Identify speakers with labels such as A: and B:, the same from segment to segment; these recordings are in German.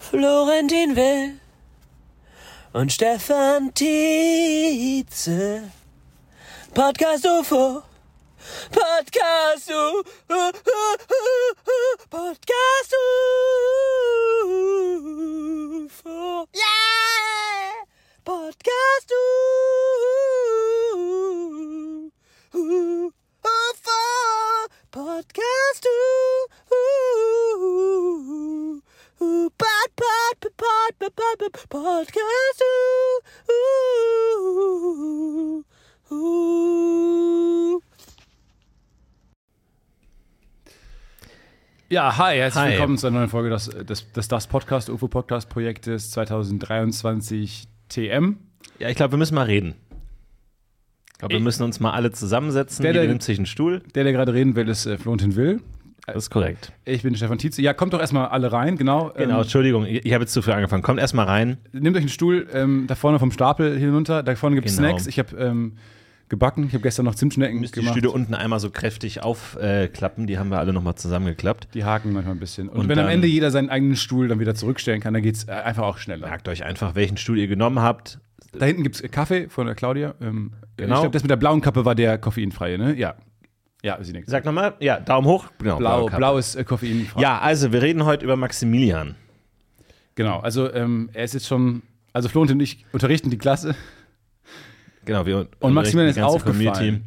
A: Florentin Will und Stefan Tietze. Podcast UFO. Podcast UFO. Podcast UFO. Yeah! Podcast UFO. Podcast UFO. Pod, pod, pod, pod, pod, pod, pod, Podcast UFO.
B: Ja, hi, herzlich
C: Hi.
B: willkommen zu einer neuen Folge des, des, des Das Podcast, UFO Podcast Projektes 2023 TM.
C: Ja, ich glaube, wir müssen mal reden. Ich glaube, wir
B: Ich-
C: müssen uns mal alle zusammensetzen.
B: Der,
C: Jeder
B: der-
C: nimmt sich einen Stuhl.
B: Der, der gerade reden will, ist äh, Florentin Will.
C: Das ist korrekt.
B: Ich bin Stefan Tietze. Ja, kommt doch erstmal alle rein, genau.
C: Genau,
B: Ähm,
C: Entschuldigung, ich, ich habe jetzt zu viel angefangen. Kommt erst mal rein.
B: nehmt euch einen Stuhl ähm, da vorne vom Stapel hinunter. Da vorne gibt es
C: Genau.
B: Snacks. Ich habe ähm, gebacken. Ich habe gestern noch Zimtschnecken
C: Müsst die
B: gemacht.
C: Stühle unten einmal so kräftig aufklappen. Die haben wir alle nochmal zusammengeklappt.
B: Die haken manchmal ein bisschen. Und,
C: Und
B: wenn am
C: dann-
B: Ende jeder seinen eigenen Stuhl dann wieder zurückstellen kann, dann geht es einfach auch schneller.
C: Merkt euch einfach, welchen Stuhl ihr genommen habt.
B: Da hinten gibt es Kaffee von der Claudia. Ähm,
C: Genau.
B: Ich glaube, das mit der blauen Kappe war der koffeinfreie, ne? Ja. Ja, sie nickt.
C: Sag nochmal, ja, Daumen hoch. Genau,
B: Blau,
C: blaue Kappe.
B: blau ist äh, koffeinfrei.
C: Ja, also wir reden heute über Maximilian.
B: Genau, also ähm, er ist jetzt schon, also Flo und ich unterrichten die Klasse
C: Genau, wir
B: Und Maximilian ist
C: die ganze
B: aufgefallen.
C: Community.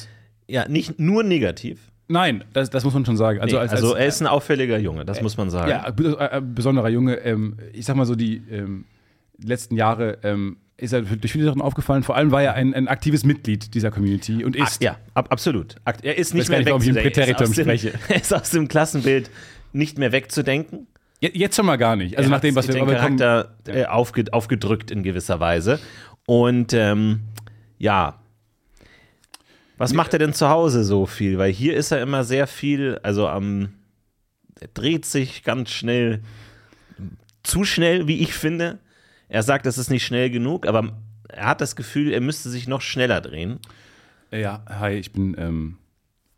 B: und
C: Ja, nicht nur negativ.
B: nein, das, das muss man schon sagen. Also,
C: Nee,
B: als,
C: also
B: als, Äh,
C: er ist ein auffälliger Junge, das muss man sagen.
B: ja, bes- äh, äh, besonderer Junge. Ähm, ich sag mal so, die ähm, letzten Jahre ähm, ist er durch viele Sachen aufgefallen. Vor allem war er ein, ein aktives Mitglied dieser Community und
C: Ah,
B: ist.
C: ja, ab, absolut. Akt- Er
B: Weiß
C: ist nicht
B: gar
C: mehr
B: nicht, warum ich im
C: wegzudenken. Er ist
B: Präteritum
C: aus dem-
B: spreche.
C: Er ist aus dem Klassenbild nicht mehr wegzudenken.
B: Je- Jetzt schon mal gar nicht. Also
C: Er
B: nach dem,
C: hat
B: was wir
C: den
B: aber wir kommen-
C: Charakter äh, aufge, aufgedrückt in gewisser Weise. Und ähm, ja. Was macht er denn zu Hause so viel? Weil hier ist er immer sehr viel, also am er dreht sich ganz schnell, zu schnell, wie ich finde. Er sagt, es ist nicht schnell genug, aber er hat das Gefühl, er müsste sich noch schneller drehen.
B: Ja, hi, ich bin ähm,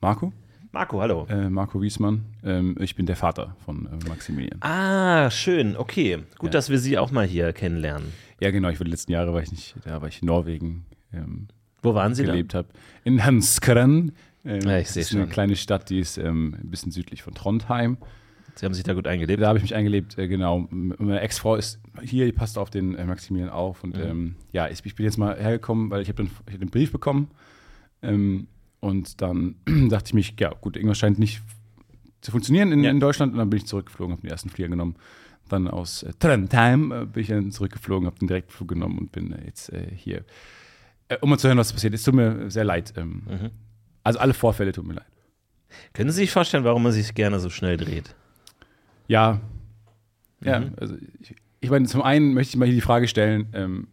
B: Marco,
C: Marco, hallo.
B: äh, Marco Wiesmann. Ähm, ich bin der Vater von äh, Maximilian.
C: Ah, schön. Okay. Gut,
B: Ja.
C: dass wir sie auch mal hier kennenlernen.
B: Ja, genau, ich war die letzten Jahre, war ich nicht, da war ich in Norwegen. Ähm,
C: Wo waren sie
B: gelebt habe. In Hanskran. Ähm,
C: Ja, ich seh
B: das ist eine
C: schon.
B: kleine Stadt, die ist ähm, ein bisschen südlich von Trondheim.
C: da? Sie haben sich da gut eingelebt.
B: Da habe ich mich eingelebt, äh, genau. M- Meine Ex-Frau ist hier, die passt auf den äh, Maximilian auf.
C: Mhm.
B: Und ähm, ja, ich, ich bin jetzt mal hergekommen, weil ich habe den, ich hab den Brief bekommen. Ähm, und dann dachte ich mich, ja gut, irgendwas scheint nicht zu funktionieren in,
C: Ja.
B: in Deutschland. Und dann bin ich zurückgeflogen, habe den ersten Flieger genommen. Dann aus äh, Trondheim äh, bin ich dann zurückgeflogen, habe den Direktflug genommen und bin äh, jetzt äh, hier. Äh, um mal zu hören, was passiert ist, tut mir sehr leid. Ähm,
C: Mhm.
B: Also alle Vorfälle tut mir leid.
C: Können Sie sich vorstellen, warum er sich gerne so schnell dreht?
B: Ja. Ja, also ich, ich meine, zum einen möchte ich mal hier die Frage stellen, ähm,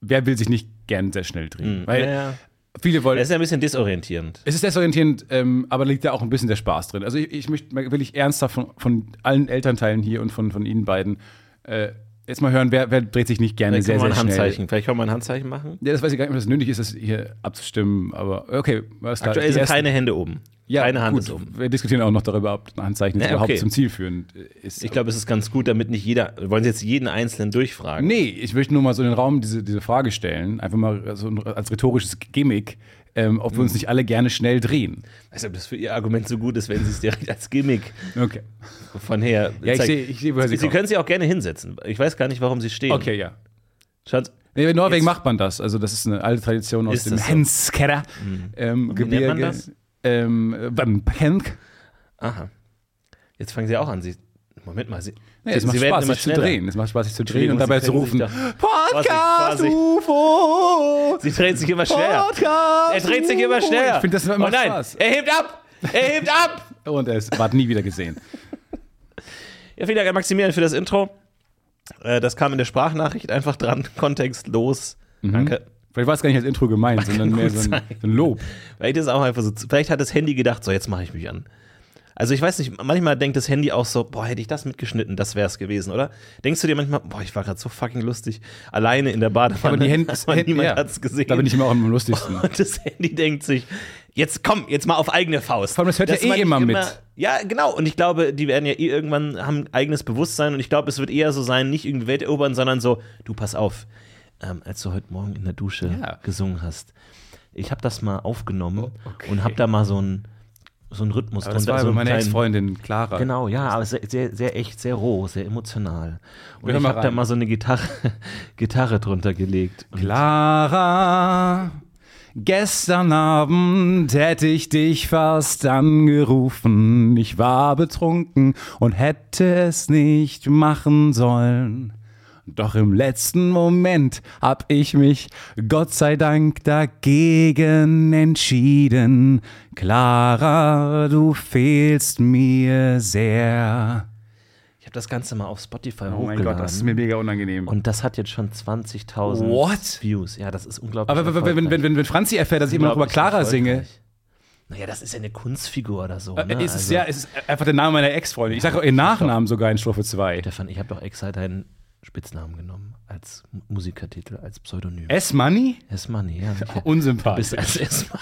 B: wer will sich nicht gern sehr schnell drehen? Weil
C: Mhm. ja, ja.
B: viele wollen.
C: Er ist ja ein bisschen disorientierend.
B: es ist desorientierend, ähm, aber liegt da auch ein bisschen der Spaß drin. Also ich, ich möchte mal wirklich ernsthaft von, von allen Elternteilen hier und von, von Ihnen beiden äh, jetzt mal hören, wer, wer dreht sich nicht gerne
C: Vielleicht
B: sehr,
C: können wir
B: sehr
C: mal ein
B: schnell.
C: Handzeichen. Vielleicht können wir mal ein Handzeichen machen.
B: Ja, das weiß ich gar nicht, ob das nötig ist, das hier abzustimmen, aber okay, alles klar.
C: Aktuell
B: Die
C: sind
B: ersten-
C: keine Hände oben. keine Hand ist oben.
B: Wir diskutieren auch noch darüber, ob ein Handzeichen jetzt
C: Ja,
B: überhaupt
C: okay.
B: zum Ziel führend ist.
C: Ich glaube, es ist ganz gut, damit nicht jeder. Wollen Sie jetzt jeden Einzelnen durchfragen?
B: Nee, ich möchte nur mal so in den Raum diese, diese Frage stellen, einfach mal so ein- als rhetorisches Gimmick, ähm, ob wir
C: Mhm.
B: uns nicht alle gerne schnell drehen.
C: Weißt du, ob das für Ihr Argument so gut ist, wenn Sie es direkt als Gimmick
B: Okay.
C: von her
B: Ja, ich
C: zeigen.
B: sehe, ich sehe, woher
C: Sie
B: Sie kommen.
C: können sich auch gerne hinsetzen. Ich weiß gar nicht, warum Sie stehen.
B: Okay, ja.
C: Schaut,
B: Nee, in Norwegen
C: Jetzt-
B: macht man das. Also das ist eine alte Tradition aus
C: Ist
B: dem
C: das so? Mhm.
B: Henskerra ähm,
C: wie nennt
B: Gebirge.
C: man das?
B: Ähm, äh, beim Penk.
C: Aha. Jetzt fangen sie auch an. Sie, Moment mal, sie,
B: Nee,
C: sie,
B: es macht
C: werden
B: Spaß,
C: immer
B: sich zu
C: schneller.
B: drehen. Es macht Spaß, sich zu drehen und
C: Entschuldigung,
B: dabei
C: Sie
B: zu
C: können sich
B: rufen, Podcast
C: Vorsicht, Vorsicht.
B: UFO!
C: Sie drehen sich immer schneller.
B: Podcast
C: Er dreht sich immer schneller.
B: Ich finde, das immer
C: oh nein,
B: Spaß.
C: er hebt ab. Er hebt ab.
B: Und er ist- ward nie wieder gesehen.
C: Ja, vielen Dank an Maximilian für das Intro. Äh, Das kam in der Sprachnachricht einfach dran, kontextlos.
B: Mhm.
C: Danke.
B: Vielleicht war es gar nicht als Intro gemeint, sondern
C: gut
B: mehr so ein,
C: sein.
B: so ein Lob.
C: Vielleicht, ist auch einfach so, vielleicht hat das Handy gedacht, so jetzt mache ich mich an. Also ich weiß nicht, manchmal denkt das Handy auch so, boah, hätte ich das mitgeschnitten, das wäre es gewesen, oder? Denkst du dir manchmal, boah, ich war gerade so fucking lustig, alleine in der Badewanne,
B: Aber die Hände,
C: aber
B: Hände-
C: niemand
B: ja.
C: hat's gesehen.
B: Da bin ich immer auch am lustigsten.
C: Und das Handy denkt sich, jetzt komm, jetzt mal auf eigene Faust.
B: Vor allem, das hört ja eh
C: man nicht
B: immer mit.
C: Ja, genau. Und ich glaube, die werden ja eh irgendwann haben ein eigenes Bewusstsein. Und ich glaube, es wird eher so sein, nicht irgendwie Welt erobern, sondern so, du pass auf, ähm, als du heute Morgen in der Dusche
B: Ja.
C: gesungen hast. Ich habe das mal aufgenommen
B: Oh, okay.
C: und habe da mal so einen so einen Rhythmus
B: Aber das
C: drunter,
B: war
C: so
B: über
C: einen
B: also meine
C: kleinen-
B: Ex-Freundin Clara.
C: Genau, ja, aber sehr, sehr, sehr echt, sehr roh, sehr emotional. Und
B: Hör
C: ich
B: mal
C: habe da
B: rein.
C: mal so eine Gitarre, Gitarre drunter gelegt. Und
B: Clara, gestern Abend hätte ich dich fast angerufen. Ich war betrunken und hätte es nicht machen sollen. Doch im letzten Moment hab ich mich Gott sei Dank dagegen entschieden. Clara, du fehlst mir sehr.
C: Ich habe das Ganze mal auf Spotify
B: Oh mein
C: hochgeladen.
B: Gott, das ist mir mega unangenehm.
C: und das hat jetzt schon 20.000
B: What?
C: Views. Ja, das ist unglaublich.
B: Aber wenn, wenn, wenn,
C: erfolgreich.
B: wenn, wenn Franzi erfährt, dass ich immer noch über
C: Unglaublich
B: Clara singe,
C: erfolgreich. Naja, das ist ja eine Kunstfigur oder so.
B: Äh,
C: Ne?
B: Es ist,
C: Also,
B: ja, es ist einfach der Name meiner Ex-Freundin. Ich sage auch ihren Nachnamen sogar in Strophe 2.
C: Stefan, ich habe doch extra deinen Spitznamen genommen als M- Musikertitel, als Pseudonym.
B: Äh? S-Money?
C: S-Money, ja. Du
B: Oh, Unsympathisch.
C: bist als S-Money.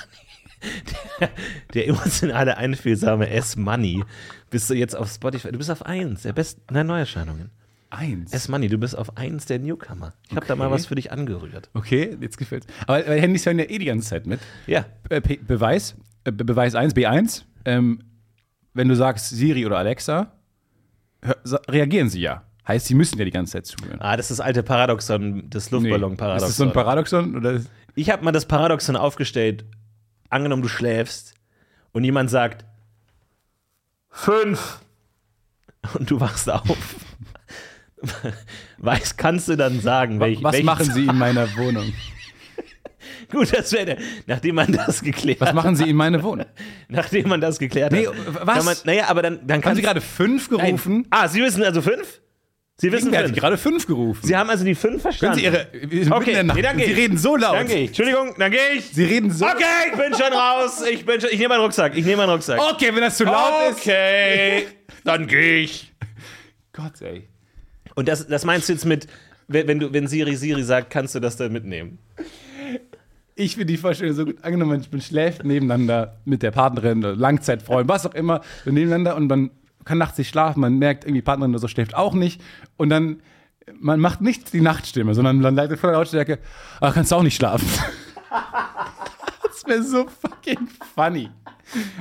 C: Der, der emotionale, einfühlsame S-Money. Bist du jetzt auf Spotify? Du bist auf 1 der besten nein, Neuerscheinungen.
B: Eins.
C: S-Money, du bist auf 1 der Newcomer. Ich habe da
B: Okay.
C: mal was für dich angerührt.
B: Okay, jetzt gefällt's. Aber weil Handys hören ja eh die ganze Zeit mit.
C: Ja,
B: Äh, P- Beweis, äh, Be- Beweis 1, B1. Ähm, wenn du sagst Siri oder Alexa, hör, sa- reagieren sie ja. Heißt, sie müssen ja die ganze Zeit zuhören.
C: Ah, das ist das alte Paradoxon, das
B: Nee.
C: Luftballon-Paradoxon.
B: Ist das so ein Paradoxon? Oder?
C: ich habe mal das Paradoxon aufgestellt. Angenommen, du schläfst und jemand sagt fünf und du wachst auf. Weiß, kannst du dann sagen, welch,
B: Was
C: welche
B: machen sie in meiner Wohnung?
C: Zahl- Gut, das wäre, nachdem man das geklärt,
B: Was machen sie in meiner Wohnung?
C: nachdem man das geklärt
B: Nee,
C: hat.
B: w-
C: Kann man,
B: was?
C: naja, aber dann, dann
B: Haben
C: kannst
B: sie gerade fünf gerufen?
C: Ah, Sie wissen also fünf? Sie wissen
B: Irgendwer hat
C: fünf.
B: gerade fünf gerufen.
C: Sie haben also die fünf verstanden.
B: Können Sie Ihre. wir sind mitten in der Nacht.
C: nee, dann geh
B: Sie
C: ich.
B: reden so laut.
C: Dann gehe ich. Entschuldigung, dann gehe ich.
B: Sie reden so.
C: Okay, ich bin schon raus. Ich bin schon. Ich nehme meinen Rucksack. Ich nehme meinen Rucksack.
B: Okay, wenn das zu laut ist.
C: okay, dann gehe ich.
B: Gott, ey.
C: Und das, das meinst du jetzt mit, wenn, wenn du, wenn Siri Siri sagt, kannst du das dann mitnehmen?
B: Ich finde die Vorstellung so gut. Angenommen, man schläft nebeneinander mit der Partnerin, oder Langzeitfreund, was auch immer, so nebeneinander und man kann nachts nicht schlafen. Man merkt, irgendwie die Partnerin oder so schläft auch nicht. Und dann, man macht nicht die Nachtstimme, sondern man leitet voller Lautstärke, ah, kannst du auch nicht schlafen. das wäre so fucking funny.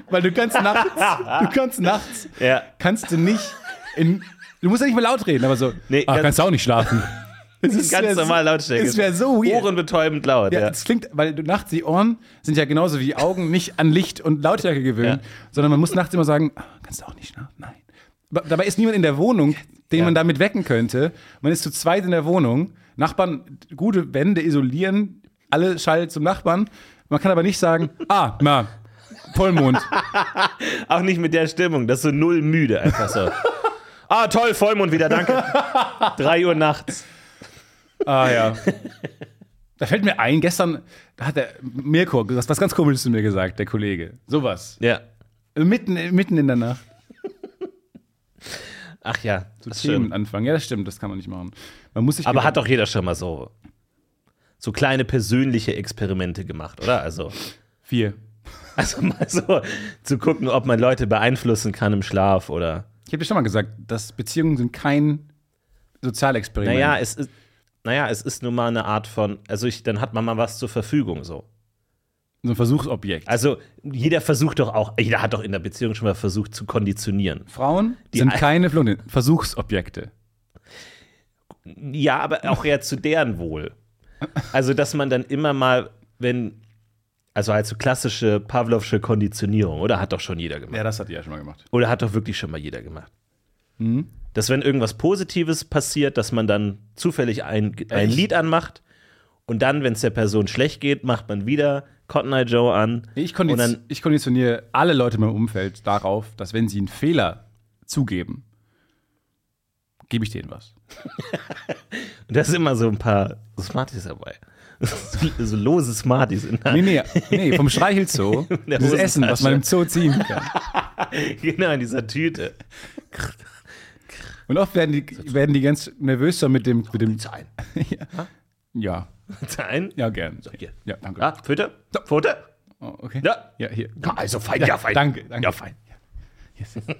B: Weil du kannst nachts, du kannst nachts
C: Ja.
B: kannst du nicht in. Du musst ja nicht mehr laut reden, aber so.
C: Nee,
B: ach,
C: ganz-
B: kannst du auch nicht schlafen. Das ist
C: Ganz
B: wär so-
C: normal Lautstärke.
B: Das wäre so weird.
C: Ohrenbetäubend laut.
B: ja,
C: Ja.
B: Das klingt, weil du nachts die Ohren sind ja genauso wie die Augen nicht an Licht und Lautstärke gewöhnt,
C: Ja.
B: sondern man muss nachts immer sagen, ah, kannst du auch nicht schlafen? Nein. Aber Dabei ist niemand in der Wohnung, den
C: Ja.
B: man damit wecken könnte. Man ist zu zweit in der Wohnung. Nachbarn, gute Wände isolieren, alle Schall zum Nachbarn. Man kann aber nicht sagen, ah, na, Vollmond.
C: Auch nicht mit der Stimmung. Das ist so null müde einfach so. ah toll, Vollmond wieder, danke. Drei Uhr nachts.
B: Ah ja. Da fällt mir ein, gestern da hat der Mirko was, was ganz komisches zu mir gesagt, der Kollege. Sowas.
C: Ja.
B: Mitten, mitten in der Nacht.
C: Ach ja. Das
B: Themen Genau. anfangen. Ja, das stimmt, das kann man nicht machen. Man muss sich
C: Aber hat doch jeder schon mal so so kleine persönliche Experimente gemacht, oder? Also
B: vier.
C: Also mal so zu gucken, ob man Leute beeinflussen kann im Schlaf oder.
B: Ich habe dir schon mal gesagt, dass Beziehungen sind kein Sozialexperiment.
C: Naja, es ist, naja, es ist nun mal eine Art von, also ich, dann hat man mal was zur Verfügung so.
B: so ein Versuchsobjekt.
C: Also jeder versucht doch auch, jeder hat doch in der Beziehung schon mal versucht zu konditionieren.
B: Frauen
C: Die
B: sind
C: Al-
B: keine Flunde, Versuchsobjekte.
C: Ja, aber auch eher zu deren Wohl. Also, dass man dann immer mal, wenn, also halt so klassische Pavlovsche Konditionierung, oder? Hat doch schon jeder gemacht.
B: Ja, das hat die ja schon mal gemacht.
C: Oder hat doch wirklich schon mal jeder gemacht.
B: Mhm.
C: Dass wenn irgendwas Positives passiert, dass man dann zufällig ein, ein
B: Echt?
C: Lied anmacht und dann, wenn es der Person schlecht geht, macht man wieder Cotton Eye Joe an.
B: Ich,
C: und
B: kondiz
C: dann,
B: ich konditioniere alle Leute in meinem Umfeld darauf, dass wenn sie einen Fehler zugeben, gebe ich denen was.
C: und da sind immer so ein paar Smarties dabei. so, so lose Smarties in der,
B: Nee, nee, nee, vom Streichelzoo.
C: der
B: das Essen, was man im Zoo ziehen kann.
C: genau in dieser Tüte.
B: Und oft werden die, werden die ganz nervöser mit dem. Mit dem
C: Zahlen.
B: ja,
C: Zahlen.
B: ja, gern.
C: hier.
B: Ja, danke.
C: Ja, Föte? Föte?
B: Oh, okay.
C: Ja.
B: Ja, hier.
C: Also fein, ja, fein.
B: Danke, danke.
C: Ja, fein.
B: Hier, yes, yes.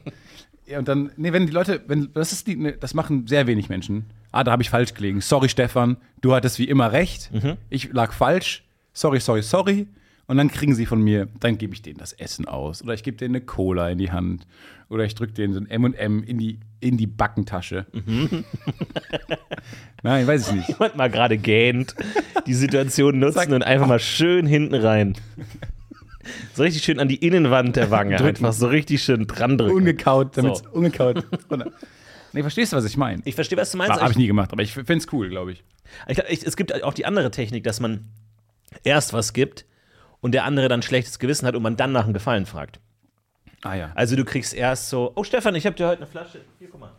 B: ja, und dann, nee, wenn die Leute, wenn, das ist die, nee, das machen sehr wenig Menschen. Ah, da habe ich falsch gelegen. Sorry, Stefan, du hattest wie immer recht.
C: Mhm.
B: Ich lag falsch. Sorry, sorry, sorry. Und dann kriegen sie von mir, dann gebe ich denen das Essen aus. Oder ich gebe denen eine Cola in die Hand. Oder ich drücke denen so ein M&M in die, in die Backentasche.
C: Mhm.
B: Nein, weiß ich nicht.
C: Jemand mal gerade gähnt, die Situation nutzen
B: Zack.
C: und einfach mal schön hinten rein. So richtig schön an die Innenwand der Wange.
B: Drücken.
C: Einfach so richtig schön dran drücken.
B: Ungekaut, damit
C: So.
B: ungekaut. runter. Nee, verstehst du, was ich meine?
C: Ich verstehe, was du meinst. aber
B: Habe
C: Ich,
B: Also ich nie gemacht, aber ich finde es cool, glaube ich.
C: ich, glaub, ich, es gibt auch die andere Technik, dass man erst was gibt und der andere dann schlechtes Gewissen hat und man dann nach einem Gefallen fragt.
B: Ah ja.
C: Also du kriegst erst so, oh Stefan, ich habe dir heute eine Flasche, hier guck mal,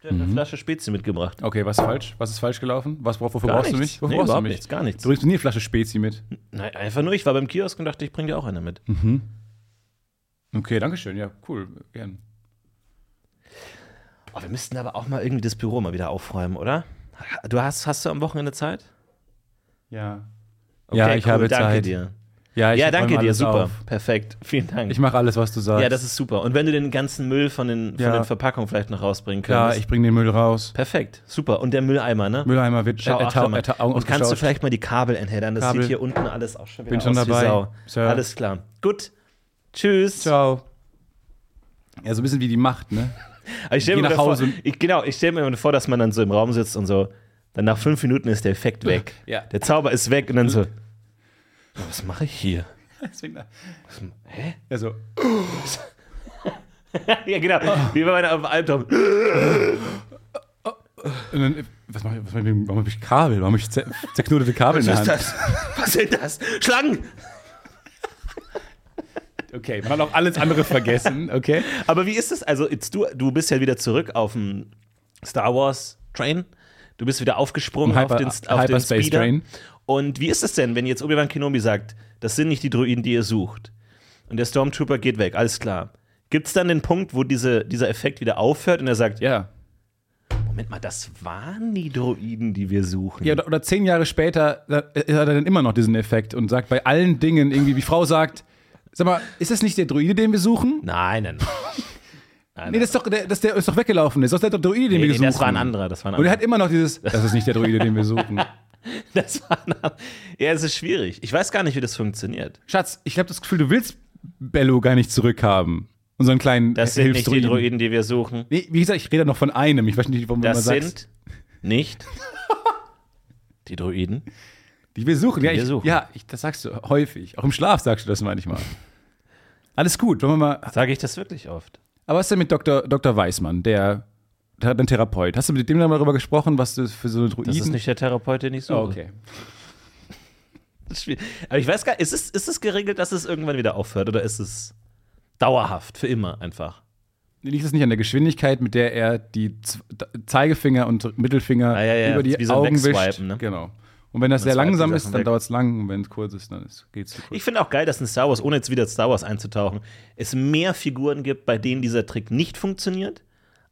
C: ich hab dir eine Flasche Spezi mitgebracht.
B: Okay, was ist falsch? Was ist falsch gelaufen? Was, wofür
C: Gar
B: brauchst du
C: nichts.
B: mich? Wofür
C: Nee,
B: brauchst du
C: überhaupt
B: mich?
C: nichts, gar nichts.
B: Du bringst mir nie eine Flasche Spezi mit.
C: Nein, einfach nur, ich war beim Kiosk und dachte, ich bringe dir auch eine mit.
B: Okay, danke schön. Ja, cool. Gern.
C: Oh, wir müssten aber auch mal irgendwie das Büro mal wieder aufräumen, oder? Du hast, hast du am Wochenende Zeit?
B: Ja.
C: Okay,
B: ja, ich
C: cool,
B: habe
C: danke
B: Zeit.
C: Dir.
B: Ja, ich
C: ja,
B: räum
C: danke dir,
B: alles
C: super.
B: auf.
C: Perfekt, vielen Dank.
B: Ich mache alles, was du sagst.
C: ja, das ist super. Und wenn du den ganzen Müll von den, von
B: Ja.
C: den Verpackungen vielleicht noch rausbringen
B: Klar,
C: könntest.
B: ich bringe den Müll raus.
C: Perfekt, super. Und der Mülleimer, ne?
B: Mülleimer wird
C: Schau,
B: äh,
C: achte
B: äh,
C: mal.
B: äh, äh,
C: Und kannst du
B: ausgeschaut.
C: vielleicht mal die Kabel enthändern? Das
B: Kabel.
C: sieht hier unten alles auch schon wieder
B: Bin schon
C: aus wie
B: dabei,
C: Sau.
B: Sir.
C: Alles klar. Gut. Tschüss.
B: Ciao. Ja, so ein bisschen wie die Macht, ne?
C: Aber ich stell
B: Geh
C: mir
B: nach
C: vor,
B: Hause.
C: Ich, genau, ich stelle mir immer vor, dass man dann so im Raum sitzt und so, dann nach fünf Minuten ist der Effekt weg.
B: Ja.
C: Der Zauber ist weg und dann so, was mache ich hier?
B: Deswegen, Also, Hä? Ja, so.
C: ja, genau. Wie bei meiner auf dem Albtraum.
B: Und dann, äh, was mache ich, was mach ich, mit dem- warum habe ich Kabel? Warum habe ich zer zerknotete Kabel in der Hand?
C: das? Was sind das? Schlangen!
B: Okay, man kann auch alles andere vergessen, okay?
C: Aber wie ist es? Also, jetzt du, du bist ja wieder zurück auf dem Star Wars Train. Du bist wieder aufgesprungen
B: Im
C: auf
B: Hyper-
C: den, auf den
B: Hyperspace
C: Speeder.
B: Train.
C: Und wie ist es denn, wenn jetzt Obi-Wan Kenobi sagt, das sind nicht die Druiden, die ihr sucht? Und der Stormtrooper geht weg, alles klar. Gibt es dann den Punkt, wo diese, dieser Effekt wieder aufhört und er sagt, ja,
B: Ja.
C: Moment mal, das waren die Druiden, die wir suchen?
B: Ja, oder, oder zehn Jahre später da- äh, hat er dann immer noch diesen Effekt und sagt bei allen Dingen irgendwie, wie Frau sagt, sag mal, ist das nicht der Druide, den wir suchen?
C: Nein, nein. nein.
B: Nee, das ist doch, der, das der ist doch weggelaufen, das ist doch der Druide, den
C: Nee,
B: wir
C: nee,
B: suchen.
C: das war ein anderer, das war ein
B: Und er
C: anderer.
B: hat immer noch dieses, das ist nicht der Druide, den wir suchen.
C: Das war ein anderer. Ja, es ist schwierig. Ich weiß gar nicht, wie das funktioniert.
B: Schatz, ich habe das Gefühl, du willst Bello gar nicht zurückhaben. Unseren kleinen
C: Das sind nicht die
B: Hilfsdruiden.
C: Druiden, die wir suchen.
B: Nee, wie gesagt, ich rede noch von einem. Ich weiß nicht, warum
C: Das
B: du immer sagst.
C: sind nicht die Druiden.
B: Die wir suchen. ja,
C: wir
B: ich,
C: suchen.
B: ja ich, das sagst du häufig. Auch im Schlaf sagst du das manchmal. Alles gut, wollen wir mal
C: Sage ich das wirklich oft?
B: Aber was ist denn mit Dr. Dr. Weismann, der, der dein Therapeut? Hast du mit dem dann mal darüber gesprochen, was du für so eine Druiden...
C: Das ist nicht der Therapeut, den ich suche.
B: oh, okay.
C: Das ist schwierig. Aber ich weiß gar nicht, ist es, ist es geregelt, dass es irgendwann wieder aufhört oder ist es dauerhaft, für immer einfach?
B: Liegt das nicht an der Geschwindigkeit, mit der er die Z Zeigefinger und Mittelfinger
C: Ah, ja, ja,
B: über
C: das
B: die
C: ist wie so ein
B: Augen wischt?
C: Wegswipen, ne?
B: Genau. Und wenn das sehr
C: swipen die
B: langsam
C: Sachen
B: ist,
C: weg.
B: dann dauert es lang. Und wenn es kurz ist, dann ist- geht's zu kurz.
C: Ich finde auch geil, dass in Star Wars, ohne jetzt wieder in Star Wars einzutauchen, es mehr Figuren gibt, bei denen dieser Trick nicht funktioniert,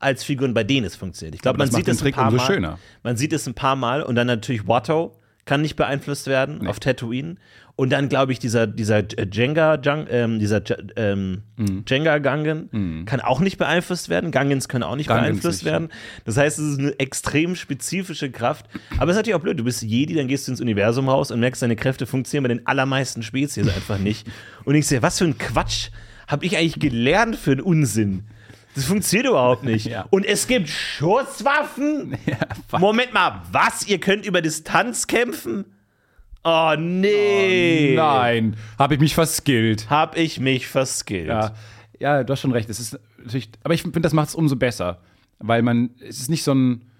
C: als Figuren, bei denen es funktioniert. Ich glaube,
B: Aber
C: man
B: das macht
C: sieht
B: den
C: es ein
B: Trick
C: paar
B: umso
C: Mal.
B: schöner.
C: Man sieht es ein paar Mal und dann natürlich Watto kann nicht beeinflusst werden auf Tatooine. Und dann glaube ich, dieser, dieser äh, Jenga, Jung, ähm, dieser J- ähm,
B: Mhm.
C: Jenga Gangen kann auch nicht beeinflusst werden. Gangens können auch nicht
B: Gangens
C: beeinflusst
B: Mhm. nicht,
C: werden. Das heißt, es ist eine extrem spezifische Kraft. Aber es ist natürlich auch blöd. Du bist Jedi, dann gehst du ins Universum raus und merkst, deine Kräfte funktionieren bei den allermeisten Spezies einfach nicht. Und ich sehe, was für ein Quatsch habe ich eigentlich gelernt für einen Unsinn? Das funktioniert überhaupt nicht.
B: Ja.
C: Und es gibt Schusswaffen? Moment mal, was? Ihr könnt über Distanz kämpfen? Oh nee.
B: Oh, Nein, habe ich mich verskillt.
C: Hab ich mich verskillt.
B: Ja, ja, du hast schon recht. Es ist natürlich, aber ich finde, das macht es umso besser, weil man, es ist nicht so ein,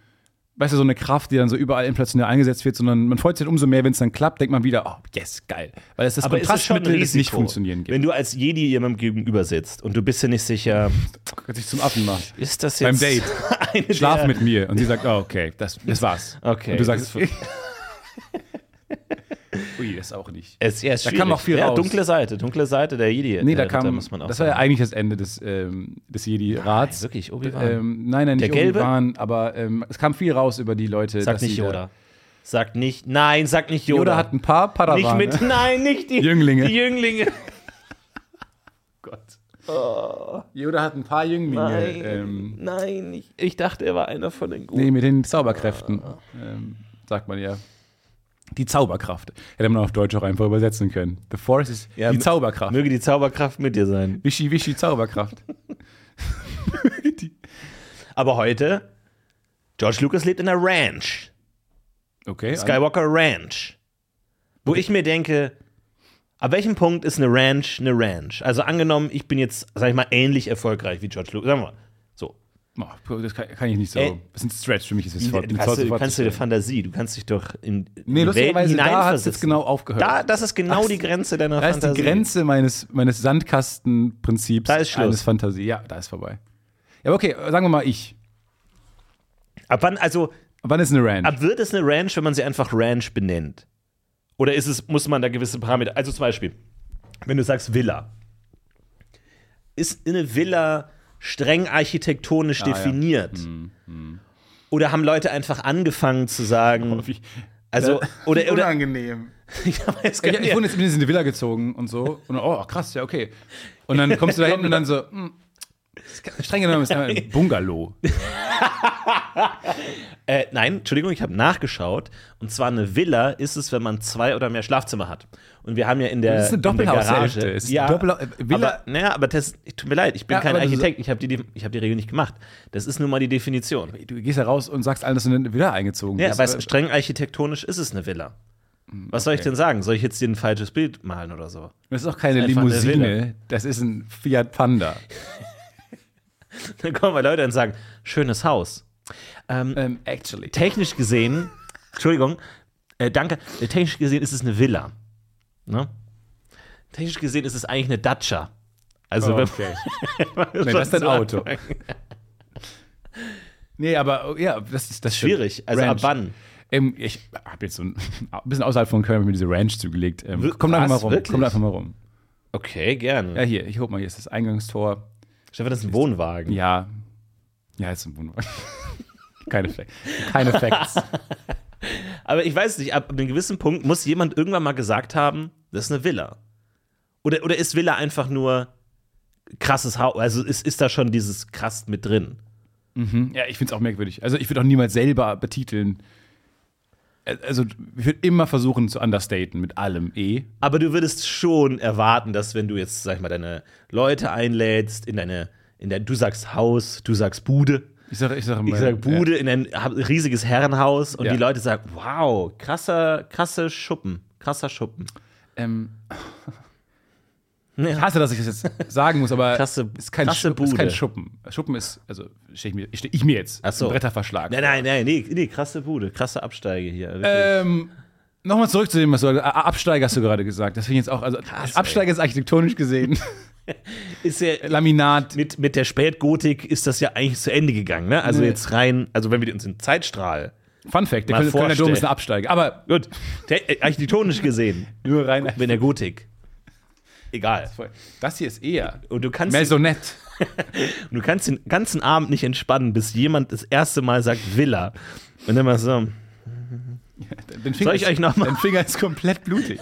B: weißt du, so eine Kraft, die dann so überall inflationär eingesetzt wird, sondern man freut sich umso mehr, wenn es dann klappt, denkt man wieder, oh yes, geil, weil es das
C: Aber es ist schon ein
B: Kontrastmittel, das nicht
C: Risiko,
B: funktionieren gibt.
C: Wenn du als Jedi jemandem gegenüber sitzt und du bist dir nicht sicher,
B: Wenn sich zum Affen macht.
C: ist das
B: Beim
C: jetzt
B: Date.
C: eine
B: Schlaf
C: der,
B: mit mir und sie sagt, oh, okay, das, das war's.
C: Okay,
B: Und du sagst, ui, das auch nicht.
C: Es, ja, ist
B: Da kam
C: schwierig.
B: auch viel
C: ja,
B: raus.
C: dunkle Seite, dunkle Seite der Jedi.
B: Nee, da
C: der Ritter,
B: kam,
C: muss man auch
B: das war ja
C: sagen.
B: eigentlich das Ende des, ähm, des Jedi-Rats.
C: wirklich Obi-Wan.
B: Ähm, nein, nein,
C: Der
B: nicht
C: Gelbe?
B: Obi-Wan, aber ähm, es kam viel raus über die Leute.
C: Sag
B: dass
C: nicht
B: sie da-
C: Yoda. Sag nicht, nein, sag nicht Yoda.
B: Yoda hat ein paar
C: nicht
B: Padawane.
C: mit, nein, nicht die
B: Jünglinge.
C: Die Jünglinge. Gott.
B: Yoda hat ein paar Jünglinge.
C: Nein,
B: Ähm,
C: nein, ich, ich dachte, er war einer von den Guten.
B: nee, mit den Zauberkräften, ähm, sagt man ja. Die Zauberkraft. Hätte man auf Deutsch auch einfach übersetzen können. The Force ist
C: Ja,
B: die
C: m-
B: Zauberkraft.
C: Möge die Zauberkraft mit dir sein.
B: Wischi, wischi, Zauberkraft. die,
C: Aber heute, George Lucas lebt in einer Ranch.
B: okay. also,
C: Skywalker Ranch. Wo ich mir denke, ab welchem Punkt ist eine Ranch eine Ranch? Also angenommen, ich bin jetzt, sag ich mal, ähnlich erfolgreich wie George Lucas. Sagen wir mal, so.
B: Oh, das kann, kann ich nicht so.
C: Ey.
B: das ist ein Stretch für mich. Ist das
C: Du
B: fort,
C: kannst, du
B: fort-
C: kannst dir Fantasie, du kannst dich doch in, in
B: Nee,
C: Welten
B: lustigerweise, da hat es jetzt
C: hineinversetzen.
B: genau aufgehört.
C: Da, das ist genau
B: Ach,
C: die Grenze deiner
B: Da ist
C: Fantasie.
B: die Grenze meines, meines Sandkastenprinzips
C: Da ist Schluss.
B: eines Fantasie. Ja, da ist vorbei. Ja, aber okay, sagen wir mal ich.
C: Ab wann, also,
B: Wann ist eine Ranch?
C: ab wird es eine Ranch, wenn man sie einfach Ranch benennt? Oder ist es, muss man da gewisse Parameter, also zum Beispiel, wenn du sagst Villa, ist eine Villa streng architektonisch
B: Ah, ja. Mhm,
C: definiert? Oder haben Leute einfach angefangen zu sagen, also, oder, oder,
B: Unangenehm.
C: ja, aber es
B: Ich,
C: kann
B: ich
C: ja-
B: wurde jetzt bin jetzt in die Villa gezogen und so. Und oh, krass, ja, okay. Und dann kommst du da hinten und dann so, hm, das kann- streng genommen ist es ein Bungalow.
C: Äh, nein, Entschuldigung, ich habe nachgeschaut. Und zwar eine Villa ist es, wenn man zwei oder mehr Schlafzimmer hat. Und wir haben ja in der,
B: Das ist eine
C: in der
B: Doppelhaushälfte.
C: Garage.
B: Es ist
C: ja,
B: eine Doppelha- äh, Villa-
C: aber, naja, aber das, ich- tut mir leid, ich bin
B: Ja,
C: kein
B: aber du-
C: Architekt. Ich habe die, die- ich hab die Regel nicht gemacht. Das ist nun mal die Definition.
B: Du gehst da raus und sagst allen, dass du in eine Villa eingezogen
C: Ja,
B: bist.
C: weil streng architektonisch ist es eine Villa. Was soll ich
B: äh, Hm, okay.
C: denn sagen? Soll ich jetzt dir ein falsches Bild malen oder so?
B: das ist auch keine
C: ist einfach eine
B: Limousine, das ist ein Fiat Panda.
C: Dann kommen mal Leute und sagen, schönes Haus. Ähm,
B: Ähm, actually.
C: technisch gesehen, Entschuldigung, äh, danke, äh, technisch gesehen ist es eine Villa. Ne? Technisch gesehen ist es eigentlich eine Datscha. Also, wenn-
B: okay.
C: wenn
B: Nee,
C: man
B: das ist dein
C: so
B: Auto.
C: anfängt.
B: Nee, aber oh, ja, das ist das
C: Schwierig, also ab
B: Ranch.
C: wann?
B: Ähm, ich habe jetzt so ein, ein bisschen außerhalb von Köln hab ich mir diese Ranch zugelegt. Ähm,
C: Wir-
B: komm da einfach mal
C: was?
B: rum.
C: Wirklich?
B: Komm da einfach mal rum.
C: Okay, gerne.
B: Ja, hier, ich hol mal, hier ist das Eingangstor.
C: Stefan, das ist ein Wohnwagen.
B: Ja. Ja, ist ein Wohnwagen. keine, Fa keine Facts.
C: Aber ich weiß nicht, ab einem gewissen Punkt muss jemand irgendwann mal gesagt haben, das ist eine Villa. Oder, oder ist Villa einfach nur krasses Haus? Also ist, ist da schon dieses krass mit drin?
B: Hm, ja, ich finde es auch merkwürdig. Also, ich würde auch niemals selber betiteln. Ä- Also, ich würde immer versuchen zu understaten mit allem eh.
C: Aber du würdest schon erwarten, dass wenn du jetzt, sag ich mal, deine Leute einlädst, in deine, in dein, du sagst Haus, du sagst Bude,
B: Ich sage ich sag immer.
C: ich sag Bude, in ein ha- riesiges Herrenhaus und
B: Ja.
C: die Leute sagen, wow, krasser, krasse Schuppen, krasser Schuppen.
B: Ja, ähm,
C: Nee,
B: Ich hasse, dass ich das jetzt sagen muss, aber
C: Krasse-
B: ist, kein
C: krasse
B: Schuppen, ist kein
C: Bude.
B: Schuppen. Schuppen ist, also stehe ich mir, steh ich mir jetzt,
C: Ach so.
B: ein Bretterverschlag.
C: nein, nein, nein, nee, nee, krasse Bude, krasse Absteige hier. wirklich.
B: Ähm, Nochmal zurück zu dem, was du A- A- Absteiger hast du gerade gesagt. Das finde ich jetzt auch, also
C: Krass,
B: Absteiger ist architektonisch gesehen,
C: ist ja,
B: Laminat.
C: mit, mit der Spätgotik ist das ja eigentlich zu Ende gegangen, ne? Also
B: Nee.
C: jetzt rein, also wenn wir uns den Zeitstrahl,
B: Fun Fact, der Kölner,
C: Mal
B: Kölner Dom
C: vorstellen.
B: ist ein Absteiger. Aber
C: gut, te- äh, architektonisch gesehen,
B: nur rein.
C: in der Gotik, egal.
B: Das hier ist eher
C: Und du kannst, den,
B: Maisonette.
C: du kannst den ganzen Abend nicht entspannen, bis jemand das erste Mal sagt Villa. Und dann mal so,
B: Den Finger
C: Soll ich
B: ist-
C: euch noch mal-
B: Dein Finger ist komplett blutig.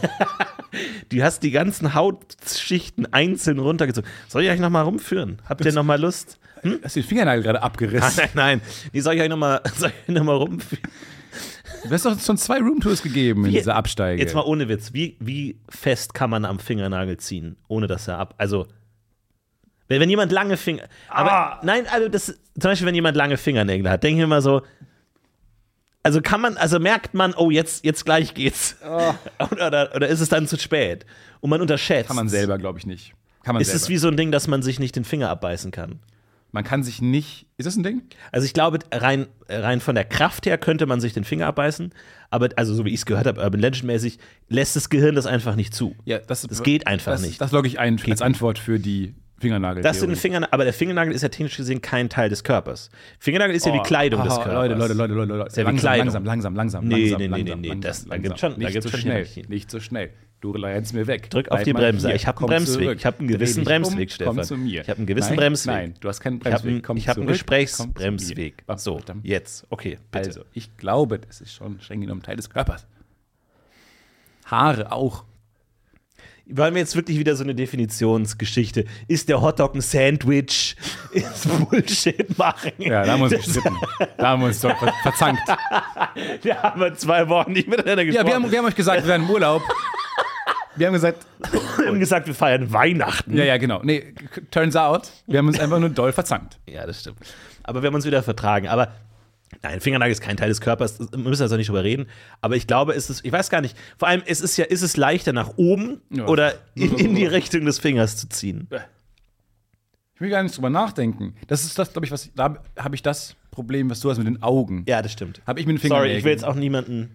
C: du hast die ganzen Hautschichten einzeln runtergezogen. Soll ich euch nochmal rumführen? Habt ihr nochmal Lust?
B: Hast du den Fingernagel gerade abgerissen?
C: Nein, nein. Die soll ich euch nochmal noch mal rumführen?
B: Du hast doch schon zwei Roomtours gegeben in
C: Wie-
B: dieser Absteige.
C: Jetzt mal ohne Witz, wie, wie fest kann man am Fingernagel ziehen, ohne dass er ab. Also, wenn, wenn jemand lange Finger. Aber
B: Ah.
C: nein, also das, zum Beispiel, wenn jemand lange Fingernägel hat, denke ich mir mal so. Also kann man, also merkt man, oh, jetzt, jetzt gleich geht's. Oder, oder, oder ist es dann zu spät? Und man unterschätzt.
B: Ah. Kann man selber, glaube ich, nicht. Kann man
C: Ist
B: selber.
C: es wie so ein Ding, dass man sich nicht den Finger abbeißen kann?
B: man kann sich nicht. Ist das ein Ding?
C: Also ich glaube, rein, rein von der Kraft her könnte man sich den Finger abbeißen, aber also so wie ich es gehört habe, Urban Legend mäßig, lässt das Gehirn das einfach nicht zu.
B: Ja, das,
C: Das geht einfach
B: das,
C: nicht.
B: Das logge ich ein als Antwort für die Fingernagel.
C: Das sind Fingernagel, aber der Fingernagel ist ja technisch gesehen kein Teil des Körpers. Fingernagel ist ja die Kleidung des Körpers.
B: Oh, Leute, Leute, Leute, Leute, Leute.
C: ja wie
B: langsam,
C: Kleidung.
B: langsam, langsam, langsam,
C: Nee,
B: langsam,
C: nee, nee,
B: langsam,
C: nee,
B: langsam,
C: das- da
B: langsam.
C: gibt's schon- da
B: nicht
C: gibt's
B: so
C: schon
B: schnell,
C: Hämmerchen.
B: nicht so schnell. Du rennst mir weg.
C: Drück auf
B: Bleib
C: die
B: mal
C: Bremse.
B: hier.
C: Ich hab einen
B: Komm
C: Bremsweg.
B: zurück.
C: Ich hab einen
B: Dreh
C: gewissen
B: dich Komm
C: Bremsweg, Stefan.
B: zu mir.
C: Ich hab einen gewissen
B: nein,
C: Bremsweg.
B: Nein, du hast keinen
C: Ich habe einen,
B: Bremsweg. Komm
C: ich hab einen
B: zurück, komm zu mir.
C: Gesprächsbremsweg.
B: Ach,
C: So,
B: verdammt.
C: jetzt. Okay, bitte.
B: Also, ich glaube, das ist schon streng genommen Teil des Körpers. Haare auch.
C: Waren wir jetzt wirklich wieder so eine Definitionsgeschichte? Ist der Hotdog ein Sandwich? Ist Bullshit machen?
B: Ja, da haben wir uns
C: Das-
B: gestritten. Da haben wir uns doch ver- verzankt.
C: Wir haben zwei Wochen nicht miteinander gesprochen.
B: Ja, wir haben, wir haben euch gesagt, wir wären im Urlaub. Wir haben gesagt,
C: wir haben gesagt, wir feiern Weihnachten.
B: ja, ja, genau. Nee, turns out, wir haben uns einfach nur doll verzankt.
C: Ja, das stimmt. Aber wir haben uns wieder vertragen. Aber nein, Fingernagel ist kein Teil des Körpers. Das- Wir müssen also nicht drüber reden. Aber ich glaube, es ist, ich weiß gar nicht. Vor allem, es ist ja, ist es leichter nach oben
B: Ja.
C: oder in, in die Richtung des Fingers zu ziehen?
B: Ich will gar nicht drüber nachdenken. Das ist das, glaube ich, was, da habe ich das Problem, was du hast mit den Augen.
C: Ja, das stimmt.
B: Habe ich mit den Fingern.
C: Sorry, ich will jetzt auch niemanden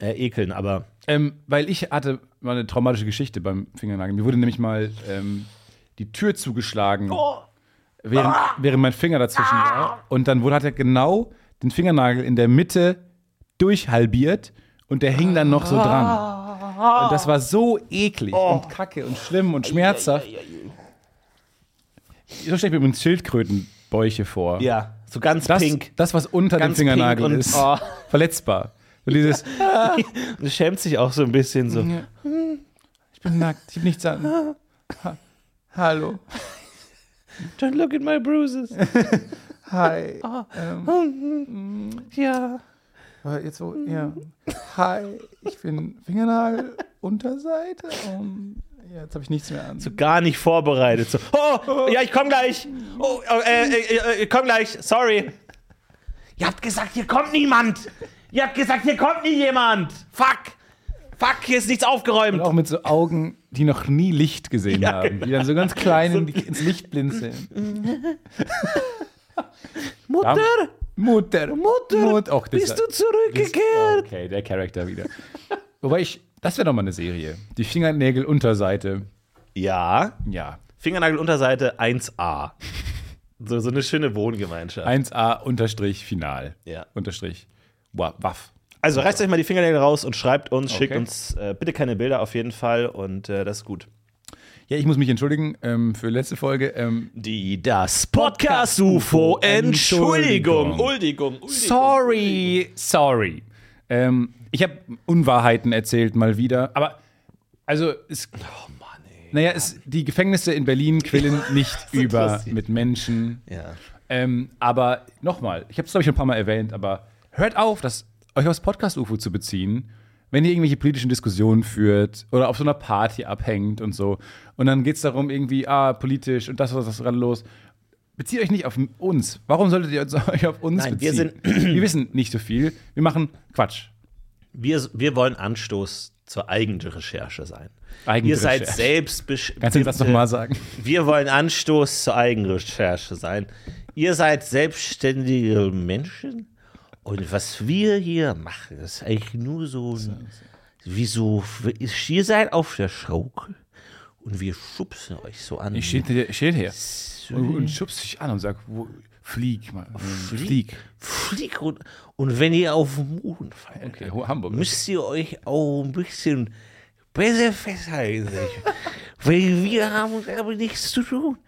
C: äh, ekeln, aber
B: Ähm, weil ich hatte mal eine traumatische Geschichte beim Fingernageln. Mir wurde nämlich mal ähm, die Tür zugeschlagen,
C: Oh.
B: während,
C: Ah.
B: während mein Finger dazwischen war. Und dann wurde, hat er genau den Fingernagel in der Mitte durchhalbiert und der hing dann noch so dran. Und das war so eklig
C: Oh.
B: und kacke und schlimm und schmerzhaft. So stelle ich mir übrigens Schildkrötenbäuche vor.
C: ja, so ganz
B: Das,
C: pink.
B: das, was unter
C: Ganz
B: dem Fingernagel
C: pink und-
B: ist,
C: oh.
B: verletzbar. Und dieses,
C: Und es schämt sich auch so ein bisschen so.
B: ich bin nackt, ich habe nichts an. Ha Hallo.
C: Don't look at my bruises.
B: Hi.
C: Oh. ja.
B: Äh, Jetzt so,
C: Mhm.
B: ja. Hi, ich bin Fingernagel Unterseite. Um, ja, jetzt habe ich nichts mehr an.
C: Gar nicht vorbereitet. So, oh, ja, ich komm gleich. Oh, äh, äh, äh, ich komm gleich. Sorry. Ihr habt gesagt, hier kommt niemand. Ihr habt gesagt, hier kommt nie jemand. Fuck. Fuck, hier ist nichts aufgeräumt.
B: Und auch mit so Augen, die noch nie Licht gesehen
C: Ja,
B: haben. Die dann genau. so ganz klein in die, ins Licht blinzeln.
C: Mutter,
B: Mutter. Mutter. Mut, Och, das
C: bist du zurückgekehrt?
B: Okay, der Charakter wieder. Wobei ich, das wäre doch mal eine Serie. Die Fingernägel Unterseite.
C: Ja.
B: Ja.
C: Fingernagelunterseite 1a. So, so eine schöne Wohngemeinschaft.
B: 1a unterstrich final.
C: Ja.
B: Unterstrich. Wa- Waff.
C: Also reißt euch mal die Fingernägel raus und schreibt uns, schickt
B: Okay.
C: uns äh, bitte keine Bilder auf jeden Fall und äh, das ist gut.
B: Ja, ich muss mich entschuldigen ähm, für letzte Folge. Ähm,
C: Die das Podcast UFO Entschuldigung,
B: Entschuldigung.
C: Uldigung, Uldigung.
B: Sorry, sorry. Ähm, ich habe Unwahrheiten erzählt mal wieder, aber also es,
C: Oh Mann, ey.
B: naja, es, die Gefängnisse in Berlin quillen nicht über
C: interessiert.
B: mit Menschen.
C: Ja.
B: Ähm, aber nochmal, ich habe es glaube ich schon ein paar Mal erwähnt, aber hört auf, das, euch aufs Podcast UFO zu beziehen, wenn ihr irgendwelche politischen Diskussionen führt oder auf so einer Party abhängt und so. Und dann geht es darum irgendwie, ah, politisch und das was das gerade los. Bezieht euch nicht auf m- uns. Warum solltet ihr uns- euch auf uns
C: Nein, wir
B: beziehen? wir wissen nicht so viel. Wir machen Quatsch.
C: Wir, wir wollen Anstoß zur eigenen Recherche sein.
B: Eigene
C: Ihr seid
B: Recherche.
C: selbst
B: Kannst du jetzt das nochmal sagen?
C: Wir wollen Anstoß zur Eigenrecherche sein. Ihr seid selbstständige Menschen und was wir hier machen, ist eigentlich nur so ein, wie so, ihr seid auf der Schaukel und wir schubsen euch so an.
B: Ich stehe hier, ich stehe hier und, und schubst dich an und sag, wo, flieg mal. Flieg.
C: Flieg und, und wenn ihr auf den Mond fallt,
B: Okay, Hamburg.
C: müsst ihr euch auch ein bisschen besser festhalten. sag ich. Weil wir haben aber nichts zu tun.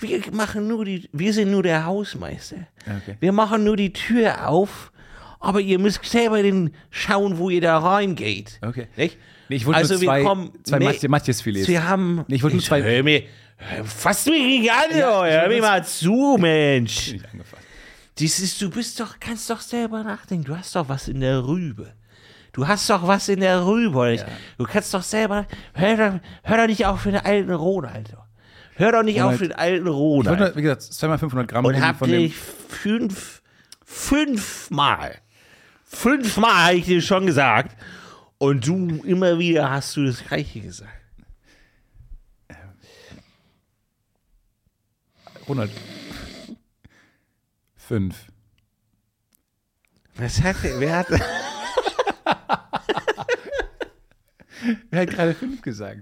C: Wir machen nur die, wir sind nur der Hausmeister.
B: Okay.
C: Wir machen nur die Tür auf, aber ihr müsst selber den schauen, wo ihr da reingeht.
B: Okay.
C: Nicht? Also,
B: Nee, ich wollte nur zwei- zwei Matje- Matjesfilets.
C: Wir haben.
B: Nee, ich wollte nur zwei-
C: Hör mir, hör- fass mich nicht an,
B: Ja,
C: oh,
B: ich
C: hör
B: wollte
C: mir
B: nur-
C: mal zu, Mensch.
B: Nicht angefasst.
C: Das ist, du bist doch, kannst doch selber nachdenken. Du hast doch was in der Rübe. Du hast doch was in der Rübe, oder nicht? Du kannst doch selber. Hör, doch- hör doch nicht auf für den alten Ronald. Hör doch nicht auf
B: Ronald.
C: für den alten
B: Ich wollte
C: Ronald.
B: nur, wie gesagt, zweimal 500 Gramm
C: Und
B: nehmen
C: hab dich fünf, fünfmal, fünfmal habe ich dir schon gesagt. Und du immer wieder hast du das Gleiche gesagt.
B: Ronald. Fünf.
C: Was hat der, wer hat,
B: Wer hat gerade fünf gesagt?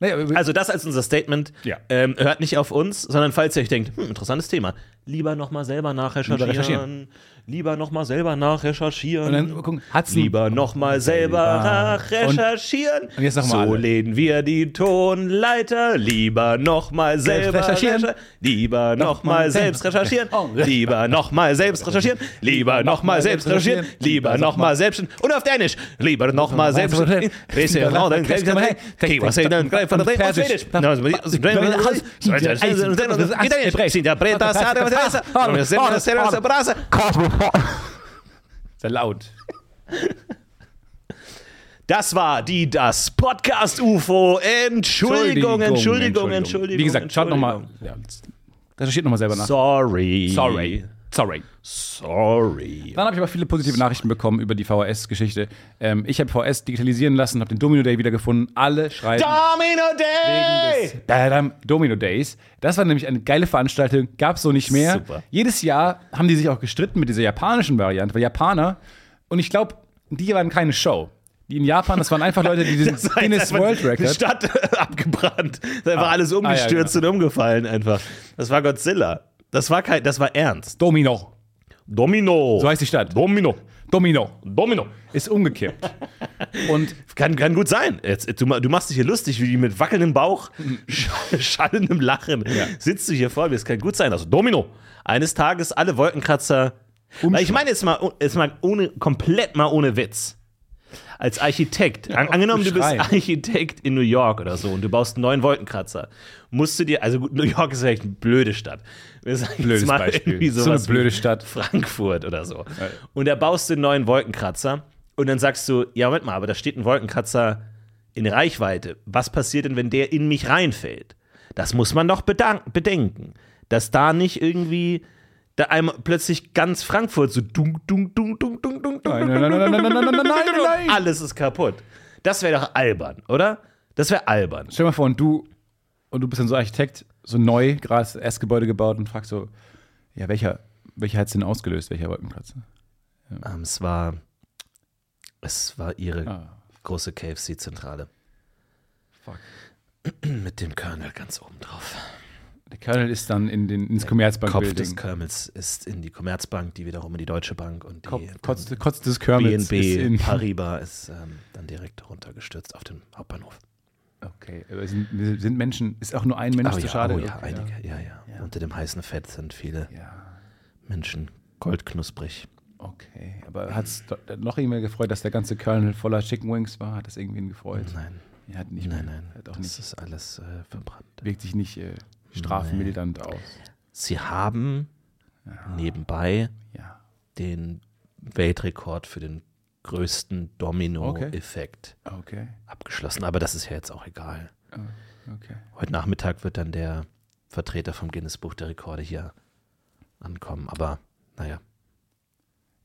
B: Naja, aber
C: Also das als unser Statement.
B: Ja.
C: Ähm, hört nicht auf uns, sondern falls ihr euch denkt, hm, interessantes Thema, lieber nochmal selber nachrecherchieren.
B: Recherchieren.
C: Lieber nochmal selber nachrecherchieren.
B: Und dann gucken, hat's ein-
C: ähm, Lieber nochmal selber
B: Und-
C: nachrecherchieren.
B: und jetzt noch mal
C: so
B: alle.
C: lehnen wir die Tonleiter. Lieber nochmal selber
B: recherchieren.
C: recherchieren. Lieber nochmal
B: mal
C: selbst
B: selber.
C: recherchieren.
B: Oh.
C: Lieber nochmal selbst recherchieren. Lieber nochmal selbst recherchieren. Lieber nochmal selbst. Und auf Dänisch. Lieber nochmal selbst. Bisschen raus, dann gleich mal hey. Kiwa, sei dann gleich von der Dreh- und Schwedisch. Na, so- Italienisch. Interpreta, Sara, Teresa. Sera, Sera, Sera, Brasa. oh
B: Sehr laut.
C: Das war die Das Podcast UFO. Entschuldigung, Entschuldigung, Entschuldigung.
B: Wie gesagt, schaut nochmal. Ja, recherchiert nochmal selber nach.
C: Sorry.
B: Sorry. Sorry.
C: Sorry.
B: Dann habe ich aber viele positive Nachrichten bekommen über die VHS-Geschichte. Ähm, ich habe VHS digitalisieren lassen, habe den Domino Day wiedergefunden. Alle schreiben
C: Domino Day!
B: wegen des Badam Domino Days. Das war nämlich eine geile Veranstaltung, gab es so nicht mehr.
C: Super.
B: Jedes Jahr haben die sich auch gestritten mit dieser japanischen Variante, weil Japaner, und ich glaube, die waren keine Show. Die in Japan, das waren einfach Leute, die den
C: Das heißt,
B: Guinness
C: einfach
B: World Ah,
C: Die
B: Record.
C: Stadt abgebrannt. Da war alles umgestürzt
B: genau.
C: und umgefallen einfach. Das war Godzilla. Das war kein, das war ernst.
B: Domino.
C: Domino.
B: So heißt die Stadt.
C: Domino.
B: Domino.
C: Domino.
B: Ist umgekippt. und
C: Kann, kann gut sein. Jetzt, du, ma- du machst dich hier lustig, wie die mit wackelndem Bauch, sch- schallendem Lachen sitzt du hier vor mir. Es kann gut sein. Also Domino. Eines Tages alle Wolkenkratzer. Weil ich meine jetzt mal, jetzt mal ohne, komplett mal ohne Witz. Als Architekt, an, angenommen, du bist
B: beschreiben.
C: Architekt in New York oder so und du baust einen neuen Wolkenkratzer, musst du dir, also gut, New York ist vielleicht eine blöde Stadt. Wir sagen jetzt
B: Blödes
C: mal
B: Beispiel.
C: irgendwie
B: So eine
C: sowas wie
B: blöde Stadt.
C: Frankfurt oder so. Und da baust du einen neuen Wolkenkratzer und dann sagst du, ja, Moment mal, aber da steht ein Wolkenkratzer in Reichweite. Was passiert denn, wenn der in mich reinfällt? Das muss man doch bedank- bedenken, dass da nicht irgendwie da einmal plötzlich ganz Frankfurt so dung, dung, dung, dung, dung, dung, dung,
B: Nein, nein, nein, nein, nein, nein, nein, nein, nein, nein, nein.
C: alles ist kaputt. Das wäre doch albern, oder? Das wäre albern.
B: stell dir mal vor, und du, und du bist dann so Architekt, so neu, gerade das erste Gebäude gebaut und fragst so, ja, welcher, welcher hat's denn ausgelöst, welcher Wolkenkratzer?
C: Ähm, es war, es war ihre
B: Ah.
C: große KFC-Zentrale
B: Fuck.
C: mit dem Colonel ganz oben drauf.
B: Der Colonel ist dann in den, ins
C: Kopf des
B: Commerzbank-Building.
C: Colonels ist in die Commerzbank, die wiederum in die Deutsche Bank und die
B: Kopf- Kotz, Kotz des Colonels ist
C: BNB
B: in.
C: Paribas ist ähm, dann direkt runtergestürzt auf den Hauptbahnhof.
B: Okay, aber sind, sind Menschen, ist auch nur ein Mensch
C: Oh
B: zu
C: ja,
B: schade?
C: oh ja,
B: Okay,
C: einige, ja. Ja, Unter dem heißen Fett sind viele
B: Ja. ja,
C: Menschen goldknusprig.
B: okay. Aber hat's do- noch irgendwie gefreut, dass der ganze Colonel voller Chicken Wings war? Hat das irgendwen gefreut?
C: Nein,
B: Er hat nicht
C: nein,
B: mehr.
C: nein,
B: Hat halt auch
C: das
B: nicht,
C: ist alles äh, verbrannt.
B: wirkt sich nicht äh, strafmildernd aus.
C: Sie haben nebenbei
B: Ja.
C: den Weltrekord für den größten Domino-Effekt
B: Okay.
C: abgeschlossen. Aber das ist ja jetzt auch egal.
B: Okay.
C: Heute Nachmittag wird dann der Vertreter vom Guinness-Buch der Rekorde hier ankommen. Aber naja,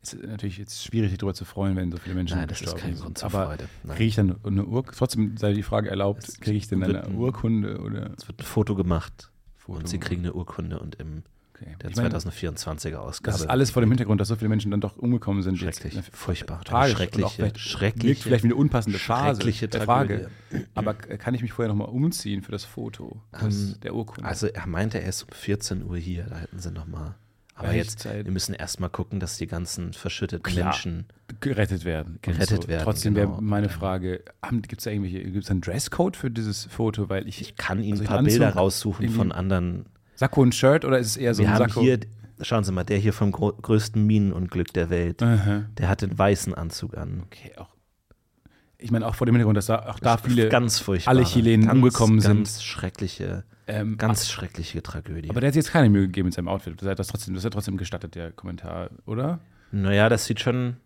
B: Es ist natürlich jetzt schwierig, sich darüber zu freuen, wenn so viele Menschen
C: Nein, das ist
B: gestorben
C: kein
B: sind.
C: Grund zur
B: Aber
C: Freude. Nein.
B: Kriege ich dann eine Urkunde? Trotzdem sei die Frage erlaubt, kriege ich denn
C: wird
B: eine
C: ein-
B: Urkunde oder
C: es wird ein Foto gemacht
B: Foto?
C: und Sie kriegen eine Urkunde und im
B: okay.
C: der
B: ich meine,
C: 2024er Ausgabe.
B: das ist alles vor dem Hintergrund, dass so viele Menschen dann doch umgekommen sind. jetzt.
C: schrecklich,
B: Eine
C: furchtbar,
B: Frage,
C: schreckliche,
B: oder auch vielleicht,
C: schreckliche,
B: wirkt vielleicht wie eine unpassende Phase
C: schreckliche
B: der
C: Tragödie.
B: Frage. Aber k- kann ich mich vorher nochmal umziehen für das Foto das, der Urkunde?
C: Also er meinte, er ist um 14 Uhr hier, da hätten sie noch mal. Aber
B: Echt
C: jetzt,
B: Zeit.
C: wir müssen erstmal gucken, dass die ganzen verschütteten
B: äh, Klar.
C: Menschen.
B: gerettet werden.
C: Gerettet
B: so.
C: werden,
B: Trotzdem
C: genau.
B: wäre meine Frage, gibt es da irgendwelche, gibt es einen Dresscode für dieses Foto? Weil ich,
C: Ich kann Ihnen
B: Also
C: ein
B: ich
C: paar
B: Anzug,
C: Bilder raussuchen
B: irgendwie-
C: von anderen.
B: Sakko und Shirt oder ist es eher so
C: Wir
B: ein
C: haben
B: Sakko?
C: hier, schauen Sie mal, der hier vom gro größten Minenunglück der Welt,
B: Aha.
C: der hat den weißen Anzug an.
B: Okay, auch. Ich meine, auch vor dem Hintergrund, dass da, auch da viele.
C: ganz furchtbar.
B: alle Chilenen
C: ganz,
B: umgekommen
C: ganz
B: sind.
C: Schreckliche,
B: ähm,
C: ganz schreckliche Tragödie.
B: aber der hat sich jetzt keine Mühe gegeben mit seinem Outfit. Das hat das trotzdem, das hat trotzdem gestattet, der Kommentar, oder?
C: naja, das sieht schon,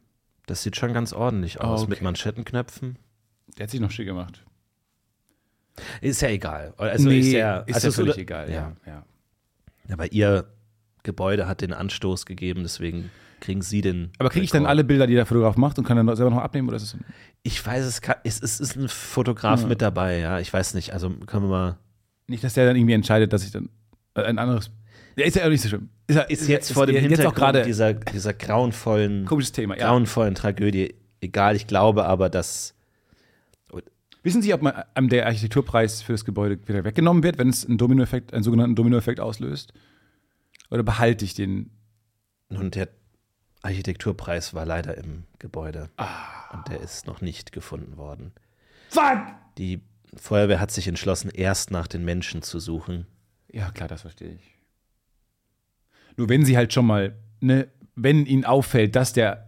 C: das sieht schon ganz ordentlich aus mit
B: Ah, okay.
C: Manschettenknöpfen.
B: Der hat sich noch schick gemacht.
C: Ist ja egal. Also ist ja,
B: ist
C: also
B: ja
C: es
B: völlig
C: wurde-
B: egal. Ja. Ja.
C: Aber ihr Gebäude hat den Anstoß gegeben, deswegen kriegen sie den.
B: Aber kriege ich dann
C: Rekord.
B: alle Bilder, die der Fotograf macht und kann dann selber noch abnehmen? Oder ist es
C: Ich weiß es, kann, es, es ist ein Fotograf mit dabei, ja. Ich weiß nicht, also können wir mal.
B: nicht, dass der dann irgendwie entscheidet, dass ich dann äh, ein anderes. Ja, ist ja auch nicht so schlimm. ja-
C: Ist
B: ja-
C: jetzt vor dem
B: ja-
C: Hintergrund
B: jetzt auch gerade
C: dieser, dieser grauenvollen,
B: komisches Thema. Ja.
C: grauenvollen Tragödie. Egal, ich glaube aber, dass.
B: Wissen Sie, ob man ähm, der Architekturpreis für das Gebäude wieder weggenommen wird, wenn es einen Dominoeffekt, einen sogenannten Dominoeffekt auslöst? Oder behalte ich den?
C: Nun, der Architekturpreis war leider im Gebäude.
B: Ah.
C: Und der ist noch nicht gefunden worden.
B: Fuck!
C: Die Feuerwehr hat sich entschlossen, erst nach den Menschen zu suchen.
B: Ja, klar, das verstehe ich. Nur wenn sie halt schon mal, ne, wenn ihnen auffällt, dass der,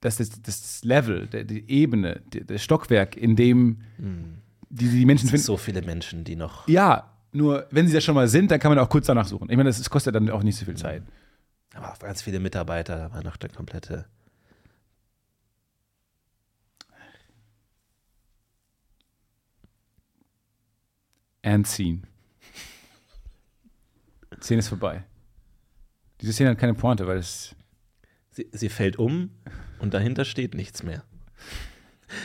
B: dass das, das Level, der, die Ebene, der, das Stockwerk, in dem die, die Menschen
C: Es sind
B: finden.
C: Hm. so viele Menschen, die noch.
B: Ja, nur wenn sie das schon mal sind, dann kann man auch kurz danach suchen. Ich meine, das, das kostet dann auch nicht so viel Zeit.
C: Aber auch ganz viele Mitarbeiter, da war noch der komplette.
B: And scene. Szene ist vorbei. Diese Szene hat keine Pointe, weil es.
C: Sie, sie fällt um und dahinter steht nichts mehr.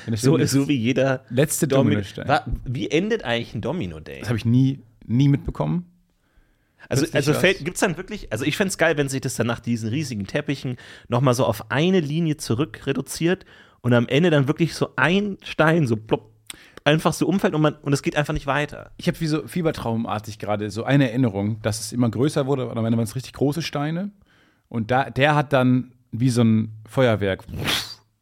B: wenn das
C: So,
B: Szene
C: so wie jeder
B: letzte
C: Domino.
B: Dominostein.
C: Wa- Wie endet eigentlich ein Domino-Day?
B: Das habe ich nie, nie mitbekommen.
C: Also,
B: Plötzlich
C: also
B: was.
C: gibt es dann wirklich, also ich fände es geil, wenn sich das dann nach diesen riesigen Teppichen nochmal so auf eine Linie zurück reduziert und am Ende dann wirklich so ein Stein so plopp, einfach so umfällt und, man, und es geht einfach nicht weiter.
B: Ich habe wie so fiebertraumartig gerade so eine Erinnerung, dass es immer größer wurde. Und am Ende waren es richtig große Steine. Und da, der hat dann wie so ein Feuerwerk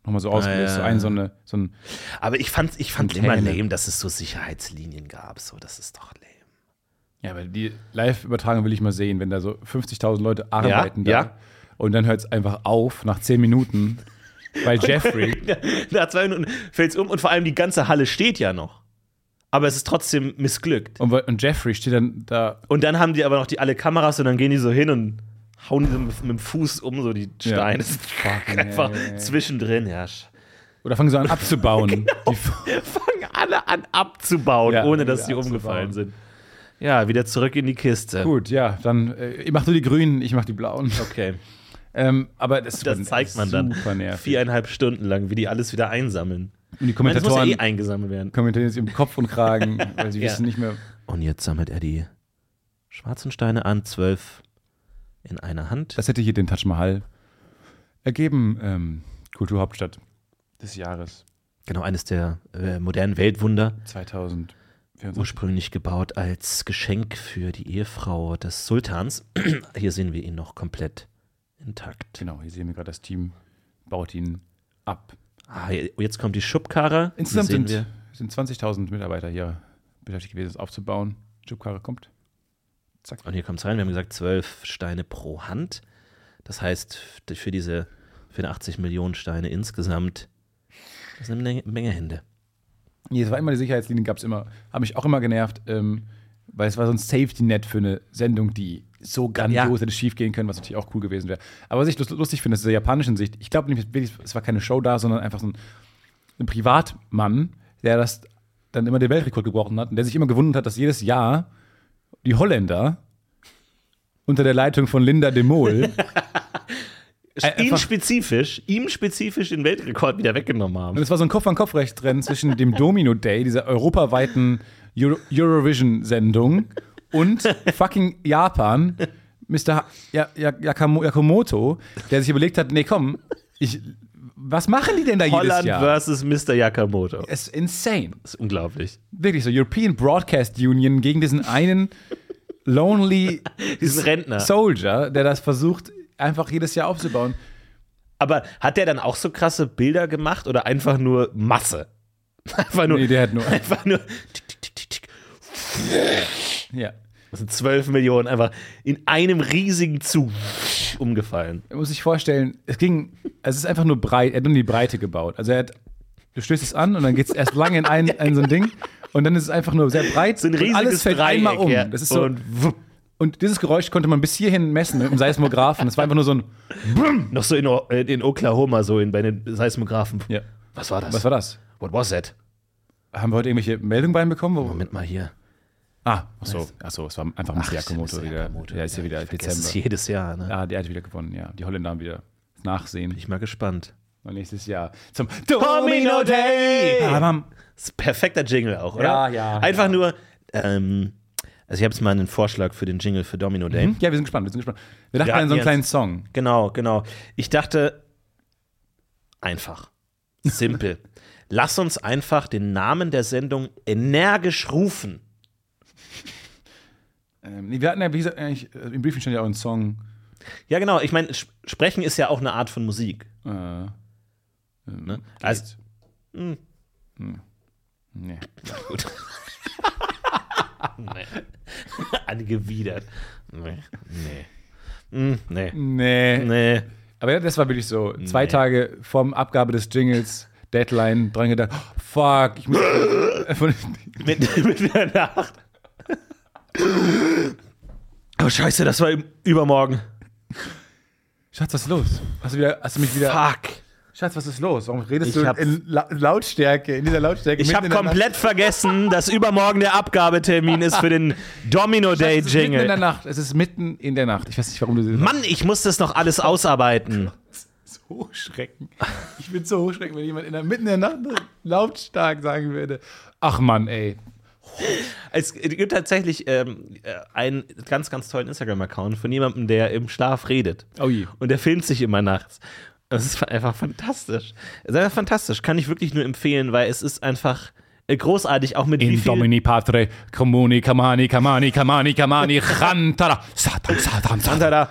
B: nochmal so ausgelöst.
C: Ah, ja.
B: So, ein, so, eine, so ein.
C: Aber ich fand ich fand
B: Und
C: immer
B: Hähne.
C: lame, dass es so Sicherheitslinien gab. So, das ist doch lame.
B: Ja, weil die Live-Übertragung will ich mal sehen, wenn da so 50.000 Leute arbeiten da.
C: ja.
B: Und dann hört es einfach auf nach 10 Minuten bei Jeffrey.
C: Nach zwei Minuten fällt es um und vor allem die ganze Halle steht ja noch. Aber es ist trotzdem missglückt.
B: und, weil- und Jeffrey steht dann da.
C: Und dann haben die aber noch die alle Kameras und dann gehen die so hin und hauen die so mit, mit dem Fuß um, so die Steine.
B: Fucking
C: einfach
B: hell, ey.
C: zwischendrin, ja. sch-
B: Oder fangen so an abzubauen.
C: Genau.
B: Die-
C: fangen alle an abzubauen,
B: Ja,
C: ohne
B: wieder
C: dass sie
B: abzubauen.
C: umgefallen sind. Ja, wieder zurück in die Kiste.
B: Gut, ja, dann äh, ich mach nur die Grünen, ich mach die Blauen.
C: Okay.
B: Ähm, aber das, ist
C: Das
B: super-
C: zeigt man dann
B: super nervig.
C: viereinhalb Stunden lang, wie die alles wieder einsammeln.
B: Und die
C: Ich meine, das muss ja
B: Kommentatoren
C: eh eingesammelt werden.
B: kommentieren jetzt im Kopf und Kragen, weil sie
C: Ja.
B: wissen nicht mehr.
C: Und jetzt sammelt er die schwarzen Steine an, zwölf in einer Hand.
B: Das hätte hier den Taj Mahal ergeben, ähm, Kulturhauptstadt des Jahres
C: genau, eines der äh, modernen Weltwunder.
B: 2000.
C: Oh, ursprünglich gebaut als Geschenk für die Ehefrau des Sultans. Hier sehen wir ihn noch komplett intakt.
B: Genau, hier sehen wir gerade das Team, baut ihn ab.
C: Ah, je- jetzt kommt die Schubkarre. Die
B: Insgesamt
C: sehen
B: sind,
C: wir.
B: sind 20.000 Mitarbeiter hier beschäftigt gewesen, das aufzubauen. Jobkarre kommt.
C: Und hier kommt es rein. Wir haben gesagt, zwölf Steine pro Hand. Das heißt, f- für diese 84 Millionen Steine insgesamt, das sind eine Menge- Menge Hände.
B: Nee, es war immer die Sicherheitslinie, gab es immer. Hat mich auch immer genervt, ähm, weil es war so ein Safety-Net für eine Sendung, die so grandios hätte schief gehen können, was natürlich auch cool gewesen wäre. Aber was ich lust- lustig finde, aus der japanischen Sicht, ich glaube nämlich wirklich, es war keine Show da, sondern einfach so ein, ein Privatmann, der das dann immer den Weltrekord gebrochen hat und der sich immer gewundert hat, dass jedes Jahr die Holländer unter der Leitung von Linda de Mol
C: ihm
B: Äh, einfach-
C: spezifisch, ihm spezifisch den Weltrekord wieder weggenommen haben.
B: Und es war so ein Kopf-an-Kopf-Recht-Rennen zwischen dem Domino Day, dieser europaweiten Euro Eurovision-Sendung, und fucking Japan, Mr. Ha- ja ja Yakamo- Yakamoto, der sich überlegt hat: Nee, komm, ich, was machen die denn da jedes
C: Holland
B: Jahr?
C: versus Mr. Yakamoto.
B: Es ist insane.
C: Das ist unglaublich.
B: Wirklich so: European Broadcast Union gegen diesen einen lonely
C: Diesen Rentner.
B: Soldier, der das versucht, einfach jedes Jahr aufzubauen.
C: Aber hat der dann auch so krasse Bilder gemacht oder einfach nur Masse? Einfach nur,
B: Nee, der hat nur.
C: einfach nur tick, tick, tick, tick, tick.
B: Ja.
C: Das sind 12 Millionen einfach in einem riesigen Zug umgefallen.
B: Man muss sich vorstellen, es ging, es ist einfach nur breit, er hat nur die Breite gebaut. Also er hat, du stößt es an und dann geht es erst lange in ein, in so ein Ding und dann ist es einfach nur sehr breit
C: So ein
B: und
C: riesiges
B: alles fällt
C: Dreieck.
B: einmal um.
C: Ja.
B: Das ist so, und,
C: Und wupp,
B: dieses Geräusch konnte man bis hierhin messen mit dem Seismographen. Das war einfach nur so ein,
C: noch so in, O- äh, in Oklahoma, so in, bei den Seismographen.
B: ja,
C: Was war das?
B: was war das?
C: What was that?
B: Haben wir heute irgendwelche Meldungen bei ihm bekommen? Wo,
C: Moment mal hier.
B: ah, ach so, ach so, es war einfach ein Jakomoto
C: Mr.
B: wieder.
C: Yakamoto.
B: Der ist ja wieder
C: ich vergesse es
B: Dezember.
C: jedes Jahr. Ne?
B: Ah, der hat wieder gewonnen, ja. Die Holländer haben wieder Nachsehen.
C: Bin ich mal gespannt.
B: Und nächstes Jahr zum
C: Domino Day!
B: Ah, Mann.
C: Das ist ein perfekter Jingle auch, oder?
B: Ja, ja,
C: Einfach nur, ähm, also ich habe jetzt mal einen Vorschlag für den Jingle für Domino Day.
B: Ja, wir sind gespannt, wir sind gespannt. Wir dachten
C: Ja,
B: an so einen
C: jetzt.
B: kleinen Song.
C: Genau, genau. Ich dachte, einfach. Simpel. Lass uns einfach den Namen der Sendung energisch rufen.
B: Ähm, nee, wir hatten ja, wie gesagt, eigentlich, äh, im Briefing stand ja auch ein Song.
C: Ja, genau. Ich meine, Sp- Sprechen ist ja auch eine Art von Musik.
B: Äh, ne?
C: Also- Mm.
B: Nee.
C: Gut. nee. Angewidert. Nee. Nee. Mm, nee.
B: Nee.
C: Nee.
B: Aber ja, das war wirklich so. Zwei
C: Nee.
B: Tage vom Abgabe des Jingles, Deadline, dran gedacht, oh, fuck, ich muss. Von-
C: Mitten, mitten in der Nacht. Oh, scheiße, das war im- übermorgen.
B: Schatz, was ist los? Hast du, wieder, hast du mich wieder.
C: Fuck.
B: Schatz, was ist los? Warum redest
C: Ich
B: du
C: hab-
B: in La Lautstärke, in dieser Lautstärke?
C: Ich
B: mitten
C: habe
B: in der
C: komplett vergessen, dass übermorgen der Abgabetermin ist für den Domino
B: Nacht.
C: Day
B: Es ist mitten in der
C: Jingle.
B: Nacht. Es ist mitten in der Nacht. Ich weiß nicht, warum du
C: Mann, ich muss das noch alles ausarbeiten.
B: so hochschrecken. Ich bin so hochschrecken, wenn jemand in der, mitten in der Nacht lautstark sagen würde: Ach Mann, ey.
C: Es gibt tatsächlich ähm, äh, einen ganz, ganz tollen Instagram-Account von jemandem, der im Schlaf redet.
B: Oh je.
C: Und der filmt sich immer nachts. Das ist einfach fantastisch. Es ist einfach fantastisch. Kann ich wirklich nur empfehlen, weil es ist einfach äh, großartig, auch mit wie
B: In
C: viel
B: Domini Patre, Comuni, Kamani, Kamani, Kamani, Kamani, Chantara, Satan, Satan, Satan.
C: da, da,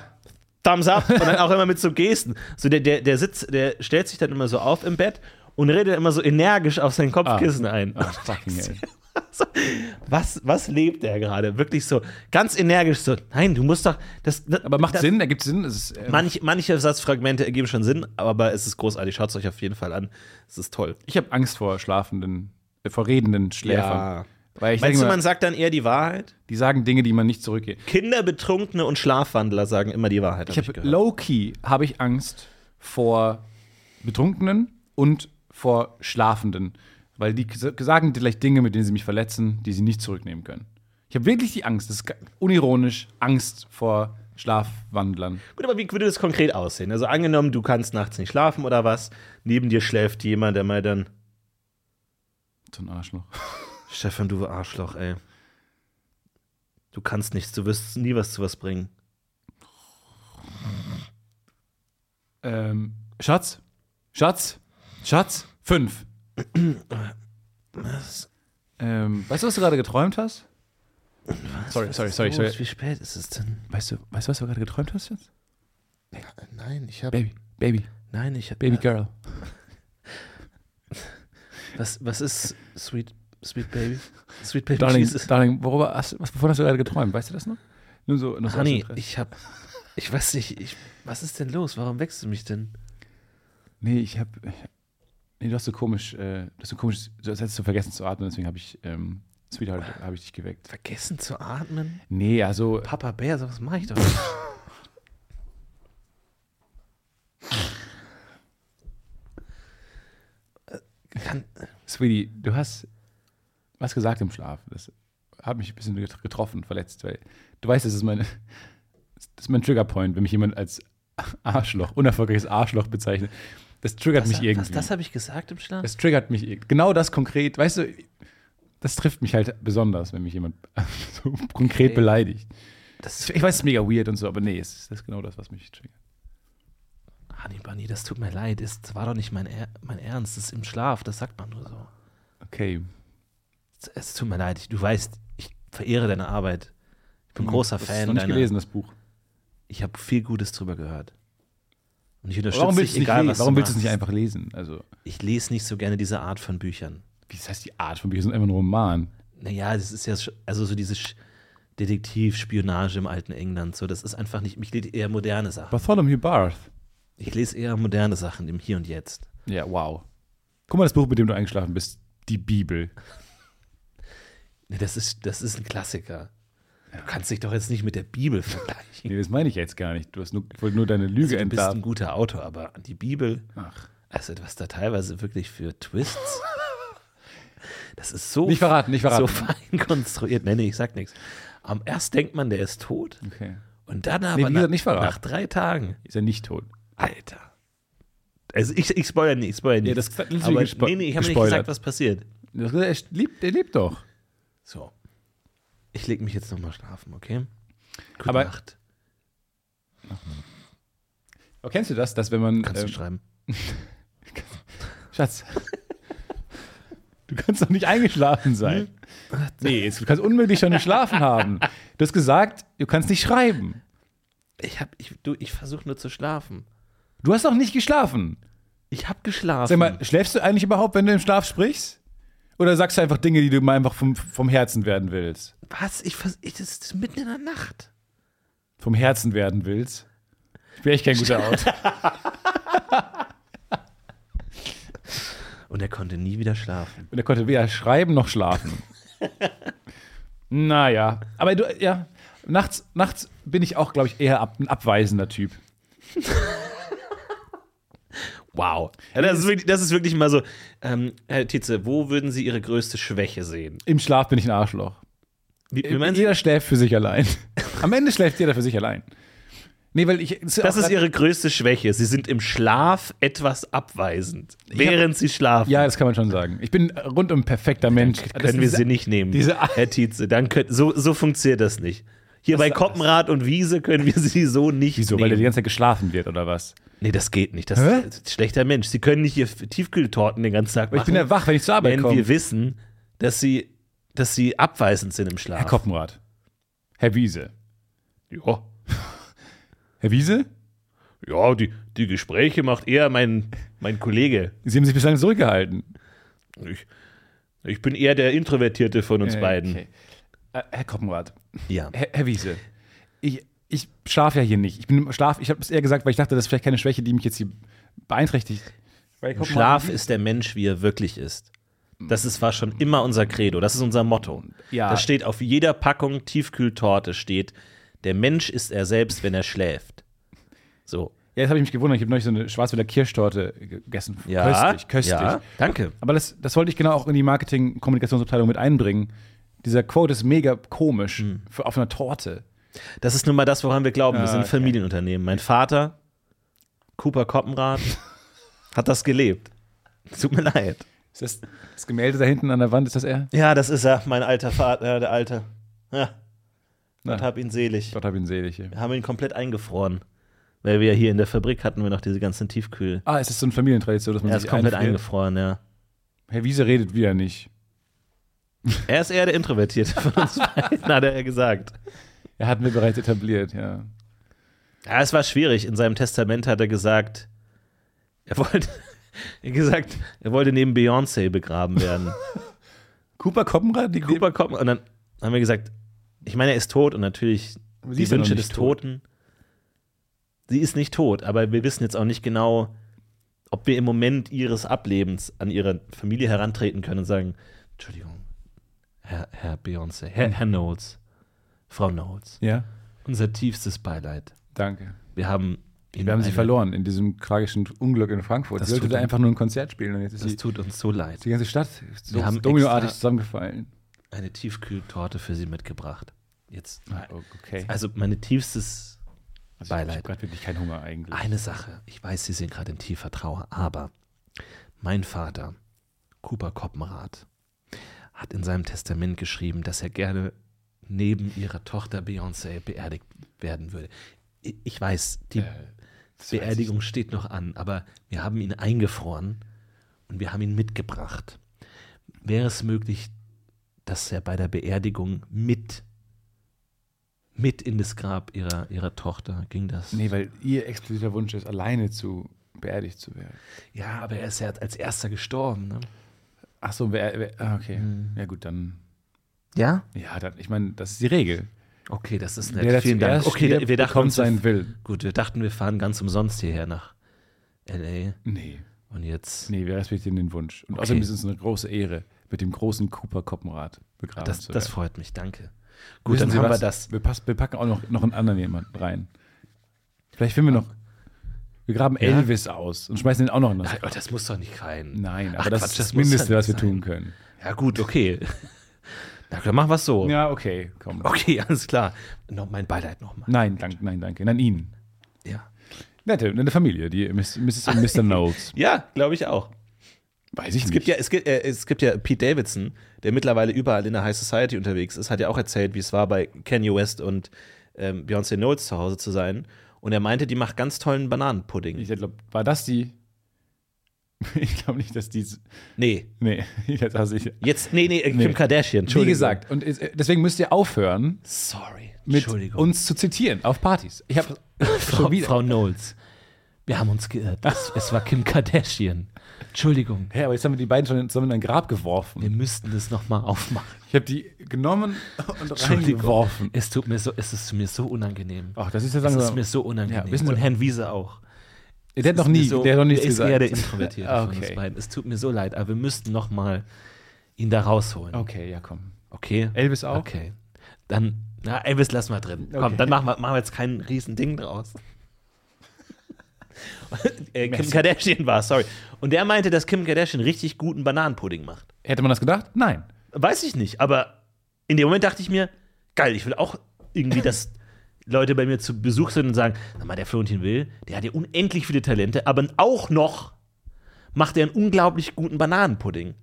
C: Thumbs up und dann auch immer mit so Gesten. So der, der, der sitzt, der stellt sich dann immer so auf im Bett und redet immer so energisch auf sein Kopfkissen ein.
B: Ah, fucking hell.
C: So, was, was lebt er gerade? Wirklich so ganz energisch so. Nein, du musst doch das.
B: Aber macht
C: das,
B: Sinn, ergibt Sinn. Es ist, äh,
C: Manch, manche Satzfragmente ergeben schon Sinn, aber es ist großartig. Schaut es euch auf jeden Fall an. Es ist toll.
B: ich habe Angst vor schlafenden, äh, vor redenden Schläfern.
C: Ja.
B: Weil ich
C: Meinst
B: denke
C: du,
B: mal,
C: man sagt dann eher die Wahrheit?
B: die sagen Dinge, die man nicht zurückgeht.
C: Kinder, Betrunkene und Schlafwandler sagen immer die Wahrheit.
B: Ich
C: hab
B: habe
C: gehört.
B: low-key habe ich Angst vor Betrunkenen und vor Schlafenden. Weil die s- sagen vielleicht Dinge, mit denen sie mich verletzen, die sie nicht zurücknehmen können. Ich habe wirklich die Angst, das ist ga- unironisch, Angst vor Schlafwandlern.
C: Gut, aber wie würde das konkret aussehen? Also angenommen, du kannst nachts nicht schlafen oder was, neben dir schläft jemand, der mal dann,
B: So ein Arschloch.
C: Stefan, du Arschloch, ey. Du kannst nichts, du wirst nie was zu was bringen.
B: Ähm, Schatz? Schatz? Schatz? Fünf.
C: Was?
B: Ähm, weißt du, was du gerade geträumt hast? Sorry, sorry, sorry, sorry.
C: Wie spät ist es denn?
B: Weißt du, weißt du, was du gerade geträumt hast jetzt?
C: Nein, ich habe,
B: Baby, Baby,
C: nein, ich habe,
B: Baby Girl.
C: was, was ist Sweet, Sweet Baby? Sweet Baby
B: Darling,
C: Jesus.
B: Darling, worüber hast, was, wovon hast du gerade geträumt? Weißt du das noch? Nur so, noch so aus
C: Honey,
B: Interesse.
C: Ah, ich habe, ich weiß nicht, ich, was ist denn los? Warum wächst du mich denn?
B: Nee, ich hab. Nee, du hast so komisch, äh, du hast so komisch, du hast hättest du vergessen zu atmen, deswegen habe ich, ähm, Sweetheart, habe ich dich geweckt.
C: Vergessen zu atmen?
B: Nee, also,
C: Papa Bär, sowas mache ich doch nicht. Äh, Kann,
B: Sweetie, du hast was gesagt im Schlaf. Das hat mich ein bisschen get- getroffen, verletzt, weil du weißt, das ist mein, das ist mein Triggerpoint, wenn mich jemand als Arschloch, unerfolgreiches Arschloch bezeichnet. Das triggert mich irgendwie.
C: Was, das habe ich gesagt im Schlaf?
B: Das triggert mich. irg- Genau das konkret, weißt du, das trifft mich halt besonders, wenn mich jemand so konkret
C: Okay.
B: beleidigt.
C: Das,
B: Ich weiß, es ist mega weird und so, aber nee, es ist, das ist genau das, was mich triggert.
C: Honey Bunny, das tut mir leid. Das war doch nicht mein, Er- mein Ernst. Das ist im Schlaf. Das sagt man nur so.
B: Okay.
C: Es, es tut mir leid. Ich, du weißt, ich verehre deine Arbeit. Ich bin großer
B: Mhm. das
C: Fan
B: Hast du noch nicht
C: deiner.
B: gelesen, das Buch.
C: Ich habe viel Gutes drüber gehört. Und ich unterstütze
B: Warum willst du
C: dich,
B: es nicht
C: egal
B: lesen?
C: was
B: Warum
C: du
B: willst du es nicht
C: machst.
B: einfach lesen? Also,
C: Ich lese nicht so gerne diese Art von Büchern.
B: wie das heißt die Art von Büchern? Das ist einfach ein Roman.
C: Naja, das ist ja sch- also so diese Sch- Detektiv-Spionage im alten England. So, das ist einfach nicht. Ich lese eher moderne Sachen.
B: Bartholomew Barth.
C: Ich lese eher moderne Sachen im Hier und Jetzt.
B: Ja, wow. Guck mal, das Buch, mit dem du eingeschlafen bist. Die Bibel.
C: Nee, Das ist, das ist ein Klassiker. Du kannst dich doch jetzt nicht mit der Bibel vergleichen.
B: Nee, das meine ich jetzt gar nicht. Du hast nur, ich wollte nur deine Lüge
C: Also, du bist ein
B: entlarven.
C: guter Autor, aber die Bibel,
B: Ach.
C: also was da teilweise wirklich für Twists. Das ist so,
B: Nicht verraten, nicht verraten.
C: so fein konstruiert. Nee, nee, ich sag nichts. Am erst denkt man, der ist tot.
B: Okay.
C: Und
B: Hm.
C: dann
B: wie
C: aber
B: gesagt,
C: nach,
B: nicht verraten.
C: nach drei Tagen.
B: Ist er nicht tot?
C: Alter. Also ich, ich spoilere nicht, ich spoilere nicht.
B: das ist natürlich
C: aber,
B: gespo-
C: nee, nee, ich habe nicht
B: gespoilert.
C: gesagt, was passiert.
B: Das- Er lebt, er lebt doch.
C: So. Ich lege mich jetzt nochmal schlafen, okay? Gute
B: Aber-
C: Nacht.
B: Aber kennst du das, dass wenn man.
C: Kannst
B: ähm,
C: du schreiben.
B: Schatz. Du kannst doch nicht eingeschlafen sein. Nee, jetzt, du kannst unmöglich schon nicht schlafen haben. Du hast gesagt, du kannst nicht schreiben.
C: Ich, hab- ich, du, ich versuche nur zu schlafen.
B: Du hast auch nicht geschlafen.
C: Ich habe geschlafen.
B: Sag mal, schläfst du eigentlich überhaupt, wenn du im Schlaf sprichst? Oder sagst du einfach Dinge, die du mal einfach vom, vom Herzen werden willst?
C: was? Ich, vers- ich, das ist mitten in der Nacht.
B: Vom Herzen werden willst? Ich bin echt kein guter Autor.
C: Und er konnte nie wieder schlafen.
B: Und er konnte weder schreiben noch schlafen. naja, aber du, ja, nachts, nachts bin ich auch, glaube ich, eher ab, ein abweisender Typ.
C: Wow. Ja, das, ist wirklich, das ist wirklich mal so. Ähm, Herr Tietze, wo würden Sie Ihre größte Schwäche sehen?
B: Im Schlaf bin ich ein Arschloch.
C: Wie, wie meinen Sie?
B: jeder schläft für sich allein. Äh, Am Ende schläft jeder für sich allein. Nee, weil ich.
C: Das
B: auch
C: ist
B: grad-
C: Ihre größte Schwäche. Sie sind im Schlaf etwas abweisend. Während Sie schlafen,
B: Ja, das kann man schon sagen. Ich bin rundum perfekter Mensch. Das
C: können wir
B: ist-
C: Sie nicht nehmen.
B: diese-
C: Herr Tietze, dann könnt, so, so funktioniert das nicht. Hier bei Koppenrad und Wiese können wir Sie so nicht
B: Wieso? Weil
C: nehmen.
B: er die ganze Zeit geschlafen wird oder was?
C: Nee, das geht nicht. Das
B: Hä?
C: ist ein schlechter Mensch. Sie können nicht hier Tiefkühltorten den ganzen Tag machen.
B: Ich bin ja wach, wenn ich zur Arbeit
C: wenn
B: komme.
C: wir wissen, dass sie, dass sie abweisend sind im Schlaf.
B: Herr Koppenrad. Herr Wiese.
C: Ja,
B: Herr Wiese?
C: ja die, die Gespräche macht eher mein, mein Kollege.
B: Sie haben sich bislang zurückgehalten.
C: Ich, ich bin eher der Introvertierte von uns
B: Äh,
C: beiden.
B: okay. Äh, Herr Koppenrad.
C: Ja.
B: Herr, Herr Wiese. Ich, ich schlafe ja hier nicht. Ich bin im Schlaf. Ich habe es eher gesagt, weil ich dachte, das ist vielleicht keine Schwäche, die mich jetzt hier beeinträchtigt. Weil
C: Im Schlaf ist der Mensch, wie er wirklich ist. Das ist, war schon immer unser Credo, das ist unser Motto.
B: Ja.
C: Das steht auf jeder Packung Tiefkühltorte steht, der Mensch ist er selbst, wenn er schläft. So.
B: Ja, jetzt habe ich mich gewundert. Ich habe neulich so eine Schwarzwälder Kirschtorte gegessen.
C: Ja.
B: Köstlich, köstlich.
C: Ja, danke.
B: Aber das, das wollte ich genau auch in die Marketing-Kommunikationsabteilung mit einbringen. Dieser Quote ist mega komisch
C: Hm.
B: für, auf einer Torte.
C: Das ist nun mal das, woran wir glauben. Wir sind ein
B: Ah, okay.
C: Familienunternehmen. Mein Vater, Cooper Koppenrath, hat das gelebt. Tut mir leid.
B: Ist das, das Gemälde da hinten an der Wand, ist das er?
C: Ja, das ist er, mein alter Vater, äh, der Alte. Ja.
B: Na.
C: Gott hab ihn selig.
B: Gott hab ihn selig. hier.
C: Wir haben ihn komplett eingefroren. Weil wir hier in der Fabrik hatten wir noch diese ganzen Tiefkühl.
B: Ah, es ist so eine Familientradition, dass man
C: Er ist
B: sich
C: komplett
B: einfriert.
C: eingefroren, ja.
B: Herr Wiese redet wieder nicht.
C: Er ist eher der Introvertierte von uns beiden, hat er ja gesagt.
B: Er hatten wir bereits etabliert, ja.
C: Ja, es war schwierig. In seinem Testament hat er gesagt, er wollte, er gesagt, er wollte neben Beyoncé begraben werden.
B: Cooper Koppenrad, die
C: Cooper kommt und dann haben wir gesagt, ich meine, er ist tot und natürlich
B: Sie
C: die
B: ist ja noch
C: Wünsche
B: nicht
C: des
B: tot.
C: Toten. Sie ist nicht tot, aber wir wissen jetzt auch nicht genau, ob wir im Moment ihres Ablebens an ihre Familie herantreten können und sagen, Entschuldigung, Herr, Herr Beyoncé,
B: Hm.
C: Herr, Herr Knowles, Frau Knowles,
B: Ja,
C: unser tiefstes Beileid.
B: danke.
C: Wir haben Ihnen
B: Wir haben sie
C: eine-
B: verloren in diesem tragischen Unglück in Frankfurt.
C: Das
B: sie sollte
C: tut
B: da
C: uns-
B: einfach nur ein Konzert spielen und jetzt ist
C: Das
B: die,
C: tut uns so leid.
B: die ganze Stadt so
C: Wir haben
B: dominoartig
C: extra-
B: zusammengefallen.
C: Eine Tiefkühltorte für Sie mitgebracht. Jetzt,
B: Ah, Oh, Okay.
C: also meine tiefstes
B: Also ich habe
C: Beileid.
B: gerade wirklich keinen Hunger eigentlich.
C: Eine Sache, ich weiß, Sie sind gerade in tiefer Trauer, aber mein Vater, Cooper Koppenrath, hat in seinem Testament geschrieben, dass er gerne neben ihrer Tochter Beyoncé beerdigt werden würde. I- Ich weiß, die
B: Äh, Das weiß ich
C: Beerdigung steht noch an, aber wir haben ihn eingefroren und wir haben ihn mitgebracht. Wäre es möglich, dass er bei der Beerdigung mit mit in das Grab ihrer, ihrer Tochter ging das?
B: Nee, weil ihr expliziter Wunsch ist, alleine zu beerdigt zu werden.
C: Ja, aber er ist ja als erster gestorben, ne?
B: Ach so, wer, wer, ah, okay.
C: Hm.
B: Ja gut, dann.
C: Ja?
B: Ja, dann, ich meine, das ist die Regel.
C: Okay, das ist nett.
B: Wer da
C: Vielen Dank.
B: zuerst
C: Okay,
B: stirbt,
C: wir dachten
B: bekommt
C: uns,
B: seinen Willen.
C: gut, wir dachten, wir fahren ganz umsonst hierher nach L.A.
B: Nee,
C: Und jetzt,
B: nee, wir respektieren den Wunsch. Und
C: Okay.
B: außerdem ist es eine große Ehre, mit dem großen Cooper Koppenrad begraben
C: das,
B: zu
C: das
B: werden.
C: freut mich, danke. Gut,
B: Wissen
C: dann
B: Sie
C: haben wir
B: was?
C: das.
B: Wir, passen, wir packen auch noch, noch einen anderen jemand rein. Vielleicht finden wir noch. Wir graben Elvis aus und schmeißen ihn auch noch in das.
C: Oh, das muss doch nicht rein.
B: Nein, aber
C: Ach,
B: das
C: Quatsch,
B: ist das
C: muss doch
B: Mindeste,
C: nicht
B: was wir
C: sein.
B: tun können.
C: Ja, gut, okay. Na, dann machen wir es so.
B: Ja, okay, komm.
C: Okay, alles klar. Noch mein Beileid nochmal.
B: Nein, danke, nein, danke. Nein, Ihnen.
C: Ja,
B: Nette, nette Familie, die Miss- Mrs. und Mr. Knowles.
C: ja glaube ich auch.
B: Weiß ich
C: Es
B: nicht.
C: gibt, ja, es, gibt, äh, es gibt ja Pete Davidson, der mittlerweile überall in der High Society unterwegs ist, hat ja auch erzählt, wie es war, bei Kanye West und ähm, Beyoncé Knowles zu Hause zu sein. Und er meinte, die macht ganz tollen Bananenpudding.
B: ich glaube, war das die? Ich glaube nicht, dass die.
C: Nee,
B: Nee, jetzt also ich.
C: jetzt, nee, nee, äh, Kim
B: Nee.
C: Kardashian,
B: Wie
C: Entschuldigung.
B: gesagt, und es- äh, deswegen müsst ihr aufhören,
C: Sorry,
B: mit
C: Entschuldigung.
B: uns zu zitieren auf Partys. Ich habe
C: Frau,
B: schon wieder.
C: Frau Knowles, wir haben uns geirrt. Es, es war Kim Kardashian. Entschuldigung,
B: Hä, aber jetzt haben wir die beiden schon zusammen in ein Grab geworfen.
C: wir müssten das nochmal aufmachen.
B: Ich habe die genommen und
C: Entschuldigung.
B: reingeworfen.
C: Es, tut mir so, es ist mir so unangenehm.
B: Ach, das ist ja
C: es
B: langsam-
C: ist mir so unangenehm.
B: Also, Ja, wissen Sie-
C: Und Herrn Wiese auch.
B: Der hat
C: Es
B: noch
C: ist mir
B: nie,
C: so,
B: der hat noch nichts
C: ist
B: gesagt.
C: eher der Introvertierte
B: Ah,
C: von uns
B: okay.
C: beiden. Es tut mir so leid, aber wir müssten nochmal ihn da rausholen.
B: Okay, ja komm.
C: Okay.
B: Elvis auch?
C: Okay. Dann, na, Elvis lassen wir drin. Komm,
B: Okay.
C: dann machen wir, machen wir jetzt kein Riesending draus. äh, Kim Kardashian war, sorry. Und der meinte, dass Kim Kardashian richtig guten Bananenpudding macht.
B: Hätte man das gedacht? Nein.
C: Weiß ich nicht, aber in dem Moment dachte ich mir, geil, ich will auch irgendwie, dass Leute bei mir zu Besuch sind und sagen, sag mal, der Florentin Will, der hat ja unendlich viele Talente, aber auch noch macht er einen unglaublich guten Bananenpudding.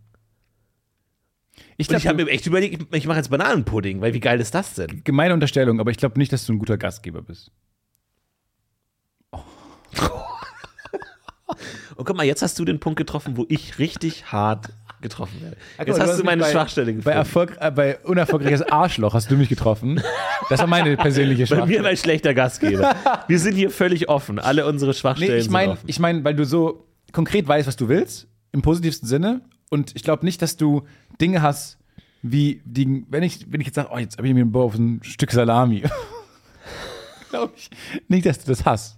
B: Ich
C: Und ich habe
B: glaube,
C: mir echt überlegt, ich mache jetzt Bananenpudding, weil wie geil ist das denn?
B: gemeine Unterstellung, aber ich glaube nicht, dass du ein guter Gastgeber bist.
C: Und guck mal, jetzt hast du den Punkt getroffen, wo ich richtig hart getroffen werde.
B: Ah, guck mal,
C: Jetzt
B: du
C: hast
B: hast
C: du
B: mich
C: meine
B: bei-
C: Schwachstelle
B: Bei,
C: gefunden.
B: Erfolg, äh, bei unerfolgreiches Arschloch hast du mich getroffen. Das war meine persönliche
C: Bei
B: Schwachstelle.
C: mir war ich schlechter Gastgeber. Wir sind hier völlig offen. Alle unsere Schwachstellen
B: Nee, ich meine,
C: sind offen.
B: ich mein, weil du so konkret weißt, was du willst, im positivsten Sinne. Und ich glaube nicht, dass du Dinge hast, wie, die, wenn, ich, wenn ich jetzt sage, oh, jetzt habe ich mir einen Bock auf ein Stück Salami. glaube ich nicht, dass du das hast.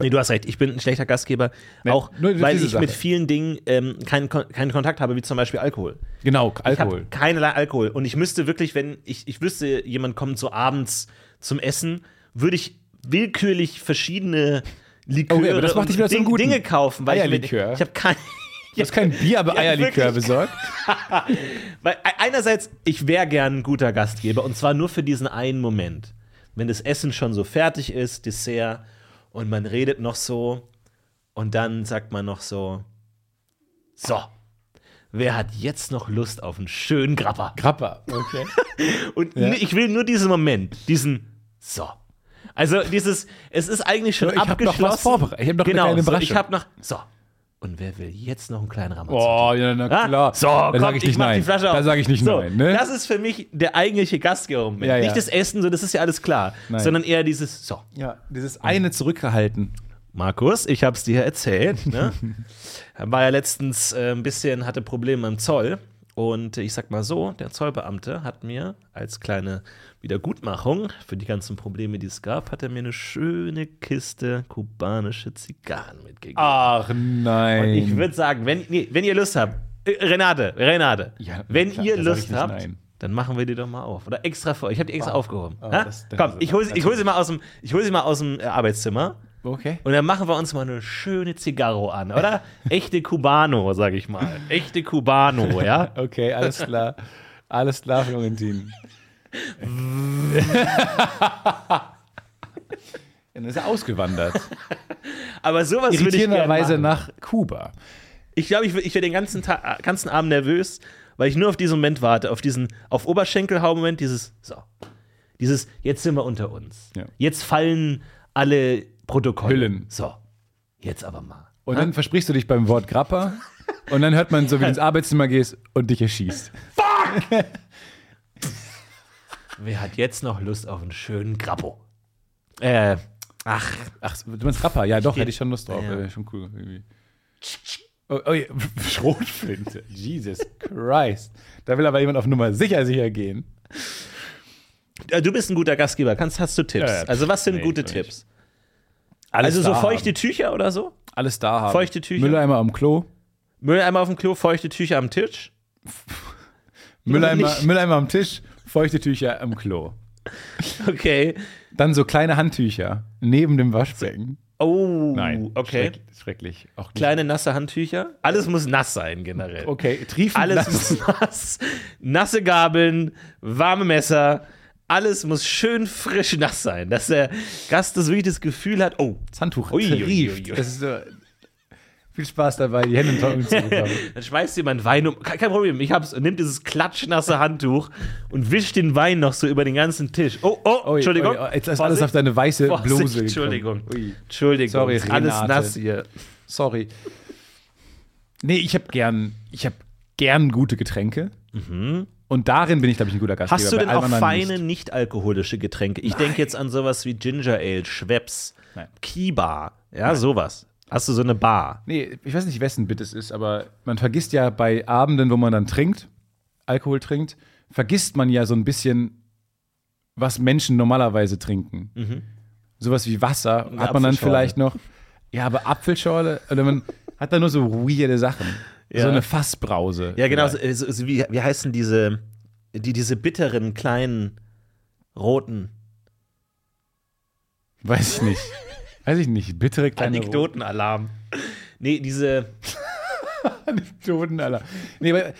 C: Nee, du hast recht. Ich bin ein schlechter Gastgeber.
B: Nee,
C: auch
B: nur
C: weil
B: diese
C: ich mit
B: Sache.
C: vielen Dingen ähm, keinen, Kon keinen Kontakt habe, wie zum Beispiel Alkohol.
B: Genau,
C: Ich habe
B: Alkohol.
C: keinerlei Alkohol. Und ich müsste wirklich, wenn ich, ich wüsste, jemand kommt so abends zum Essen, würde ich willkürlich verschiedene Liköre
B: Okay, aber das macht
C: und
B: dich wieder zum
C: Ding,
B: Guten.
C: Dinge kaufen. Weil
B: Eierlikör.
C: Ich, ich habe kein...
B: Du hast kein Bier, aber
C: Ja,
B: Eierlikör
C: wirklich.
B: besorgt.
C: Weil e- einerseits, ich wäre gern ein guter Gastgeber und zwar nur für diesen einen Moment. Wenn das Essen schon so fertig ist, Dessert, und man redet noch so und dann sagt man noch so, so, wer hat jetzt noch Lust auf einen schönen Grapper?
B: Grappa. Okay.
C: Und n- ich will nur diesen Moment, diesen so. Also dieses, es ist eigentlich schon
B: Ich hab noch was
C: abgeschlossen.
B: vorbereitet. Ich hab noch eine
C: genau,
B: kleine
C: so, ich
B: Überraschung.
C: habe noch, so. Und wer will jetzt noch einen kleinen Ramazzotti?
B: Oh, ja, na
C: Ah,
B: klar.
C: So,
B: da
C: komm,
B: sage ich nicht
C: mach
B: nein.
C: die Flasche auf.
B: Da sage ich nicht
C: so,
B: nein. Ne?
C: Das ist für mich der eigentliche Gastgeber-Moment.
B: Ja, ja.
C: Nicht das Essen, so das ist ja alles klar,
B: Nein.
C: sondern eher dieses so.
B: ja, dieses eine zurückgehalten.
C: Markus, ich hab's dir erzählt. Ne? War ja letztens äh, ein bisschen, hatte Probleme im Zoll. Und ich sag mal so, der Zollbeamte hat mir als kleine Wiedergutmachung für die ganzen Probleme, die es gab, hat er mir eine schöne Kiste kubanische Zigarren mitgegeben.
B: Ach nein.
C: Und ich würde sagen, wenn, nee, wenn ihr Lust habt, äh, Renate, Renate,
B: Ja,
C: wenn
B: klar,
C: ihr
B: da sag ich
C: Lust
B: nicht
C: habt,
B: nein.
C: dann machen wir die doch mal auf. Oder extra für euch. Ich habe die extra aufgehoben.
B: oh,
C: Ha?
B: das- das
C: Komm,
B: ist
C: ich hole ich hol sie mal aus dem, ich hol sie mal aus dem äh, Arbeitszimmer
B: Okay.
C: und dann machen wir uns mal eine schöne Zigarro an, oder? Echte Cubano, sag ich mal. Echte Cubano, ja?
B: Okay, alles klar. Alles klar, Florentin. Dann ist er ausgewandert.
C: Aber sowas würde ich gerne
B: Irritierenderweise
C: machen.
B: nach Kuba.
C: Ich glaube, ich, wär- ich wäre den ganzen, Ta- äh, ganzen Abend nervös, weil ich nur auf diesen Moment warte, auf diesen auf Oberschenkelhau-Moment, dieses so, dieses jetzt sind wir unter uns.
B: Ja.
C: Jetzt fallen alle Protokolle.
B: Hüllen.
C: So, jetzt aber mal.
B: Und dann versprichst du dich beim Wort Grappa. Und dann hört man so, wie du ins Arbeitszimmer gehst und dich erschießt.
C: Wer hat jetzt noch Lust auf einen schönen Grappo? Äh, ach,
B: Ach, du meinst Grappa? Ja, doch, hätte ich schon Lust drauf.
C: Ja.
B: Wäre schon cool. Irgendwie. Oh, oh, ja. Schrotflinte. Jesus Christ. Da will aber jemand auf Nummer sicher, sicher gehen.
C: äh, du bist ein guter Gastgeber. Kannst, hast du Tipps?
B: Ja, ja,
C: Also was sind
B: nee,
C: gute
B: ich-
C: Tipps?
B: Alles
C: Also so
B: da
C: feuchte
B: haben.
C: Tücher oder so?
B: Alles da haben.
C: Feuchte Tücher.
B: Mülleimer am Klo.
C: Mülleimer auf dem Klo, feuchte Tücher am Tisch?
B: Mülleimer,
C: nicht.
B: Mülleimer am Tisch, feuchte Tücher am Klo.
C: Okay.
B: Dann so kleine Handtücher neben dem Waschbecken.
C: Oh,
B: Nein,
C: okay.
B: schrecklich. schrecklich. Auch nicht.
C: Kleine nasse Handtücher. Alles muss nass sein generell.
B: Okay, Triefen.
C: Alles
B: lassen.
C: muss nass. Nasse Gabeln, warme Messer. Alles muss schön frisch nass sein, dass der Gast das wirklich das Gefühl hat, oh,
B: das Handtuch
C: Ui, ui,
B: trieft.
C: ui, ui.
B: Das ist so, viel Spaß dabei, die Hände in trocken zu bekommen.
C: dann schmeißt jemand Wein um. Kein kein Problem, ich hab's. Und nimmt dieses klatschnasse Handtuch und wischt den Wein noch so über den ganzen Tisch. Oh, oh,
B: Ui,
C: Entschuldigung.
B: ui, jetzt ist alles
C: Vorsicht,
B: auf deine weiße
C: Vorsicht,
B: Bluse. gekommen.
C: Entschuldigung.
B: Ui,
C: Entschuldigung,
B: Sorry,
C: ist alles
B: Renate.
C: nass hier.
B: sorry. Nee, ich habe gern, ich habe gern gute Getränke. Und darin bin ich, glaube ich, ein guter Gastgeber.
C: Hast du
B: bei
C: denn
B: allem
C: auch
B: anderen
C: feine,
B: nicht.
C: nicht alkoholische Getränke? Ich denke jetzt an sowas wie Ginger Ale, Schweppes,
B: Nein.
C: Kiba, ja, sowas. Hast du so eine Bar?
B: Nee, ich weiß nicht, wessen Bit es ist, aber man vergisst ja bei Abenden, wo man dann trinkt, Alkohol trinkt, vergisst man ja so ein bisschen, was Menschen normalerweise trinken. Sowas wie Wasser hat man dann
C: Mhm. Apfelschorle.
B: vielleicht noch. Ja, aber Apfelschorle, oder man hat da nur so weirde Sachen. So
C: Ja.
B: eine Fassbrause.
C: Ja, genau. So,
B: vielleicht.
C: so, so, wie, wie heißen diese, die, diese bitteren, kleinen, roten
B: Weiß ich nicht. Weiß ich nicht. Bittere kleine
C: Anekdotenalarm? Nee, diese.
B: Anekdoten aller. Nee, aber,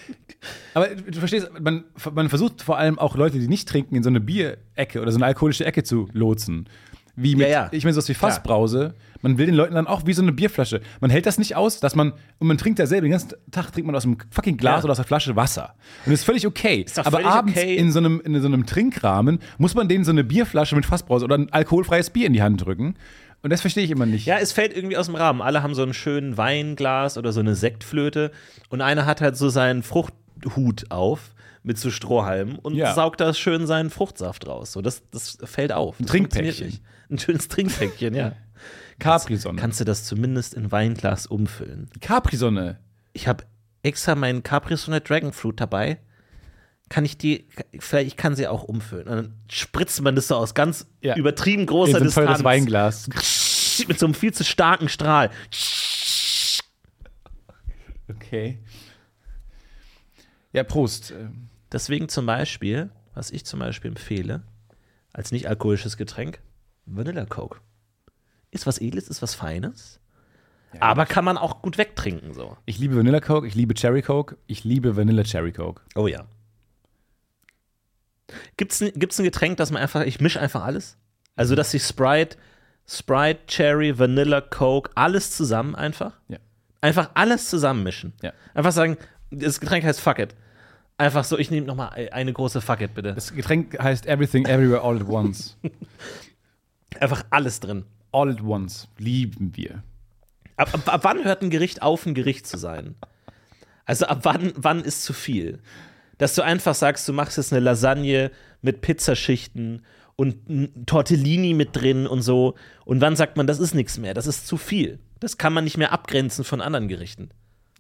B: aber du verstehst, man, man versucht vor allem auch Leute, die nicht trinken, in so eine Bierecke oder so eine alkoholische Ecke zu lotsen. Wie mit,
C: Ja, ja.
B: ich meine, sowas wie
C: Klar.
B: Fassbrause. Man will den Leuten dann auch wie so eine Bierflasche. Man hält das nicht aus, dass man, und man trinkt ja selber, den ganzen Tag trinkt man aus einem fucking Glas
C: Ja.
B: oder aus einer Flasche Wasser. Und das ist völlig okay.
C: Ist doch
B: Aber
C: völlig
B: abends
C: okay.
B: in, so einem, in so einem Trinkrahmen muss man denen so eine Bierflasche mit Fassbrause oder ein alkoholfreies Bier in die Hand drücken. Und das verstehe ich immer nicht.
C: Ja, es fällt irgendwie aus dem Rahmen. Alle haben so einen schönen Weinglas oder so eine Sektflöte und einer hat halt so seinen Fruchthut auf mit so Strohhalmen und
B: Ja.
C: saugt da schön seinen Fruchtsaft raus. So, das, das fällt auf. Ein
B: Trinkpäckchen.
C: Ein schönes Trinkpäckchen, ja.
B: Capri-Sonne.
C: Kannst du das zumindest in Weinglas umfüllen?
B: Capri-Sonne.
C: Ich habe extra meinen Capri Sonne Dragon Fruit dabei. Kann ich die, vielleicht ich kann sie auch umfüllen. Und dann spritzt man das so aus ganz
B: Ja.
C: übertrieben
B: In so
C: großer
B: ein
C: Distanz.
B: teures Weinglas.
C: Mit so einem viel zu starken Strahl.
B: Okay. Ja, Prost. Ähm,
C: Deswegen zum Beispiel, was ich zum Beispiel empfehle, als nicht alkoholisches Getränk, Vanilla Coke. Ist was Edles, ist was Feines, aber kann man auch gut wegtrinken so.
B: Ich liebe Vanilla Coke, ich liebe Cherry Coke, ich liebe Vanilla Cherry Coke.
C: Oh ja. Gibt's ein, gibt's ein Getränk, dass man einfach, ich mische einfach alles?
B: Mhm.
C: Also, dass ich Sprite, Sprite, Cherry, Vanilla, Coke, alles zusammen einfach?
B: Ja.
C: Einfach alles zusammenmischen.
B: Ja.
C: Einfach sagen, das Getränk heißt Fuck it. Einfach so, ich nehme nochmal e, eine große Fuck it bitte.
B: Das Getränk heißt Everything Everywhere All at Once.
C: Einfach alles drin.
B: All at Once lieben wir.
C: Ab, ab, ab wann hört ein Gericht auf, ein Gericht zu sein? Also ab wann, wann ist zu viel? Dass du einfach sagst, du machst jetzt eine Lasagne mit Pizzaschichten und ein Tortellini mit drin und so. Und wann sagt man, das ist nichts mehr, das ist zu viel. Das kann man nicht mehr abgrenzen von anderen Gerichten.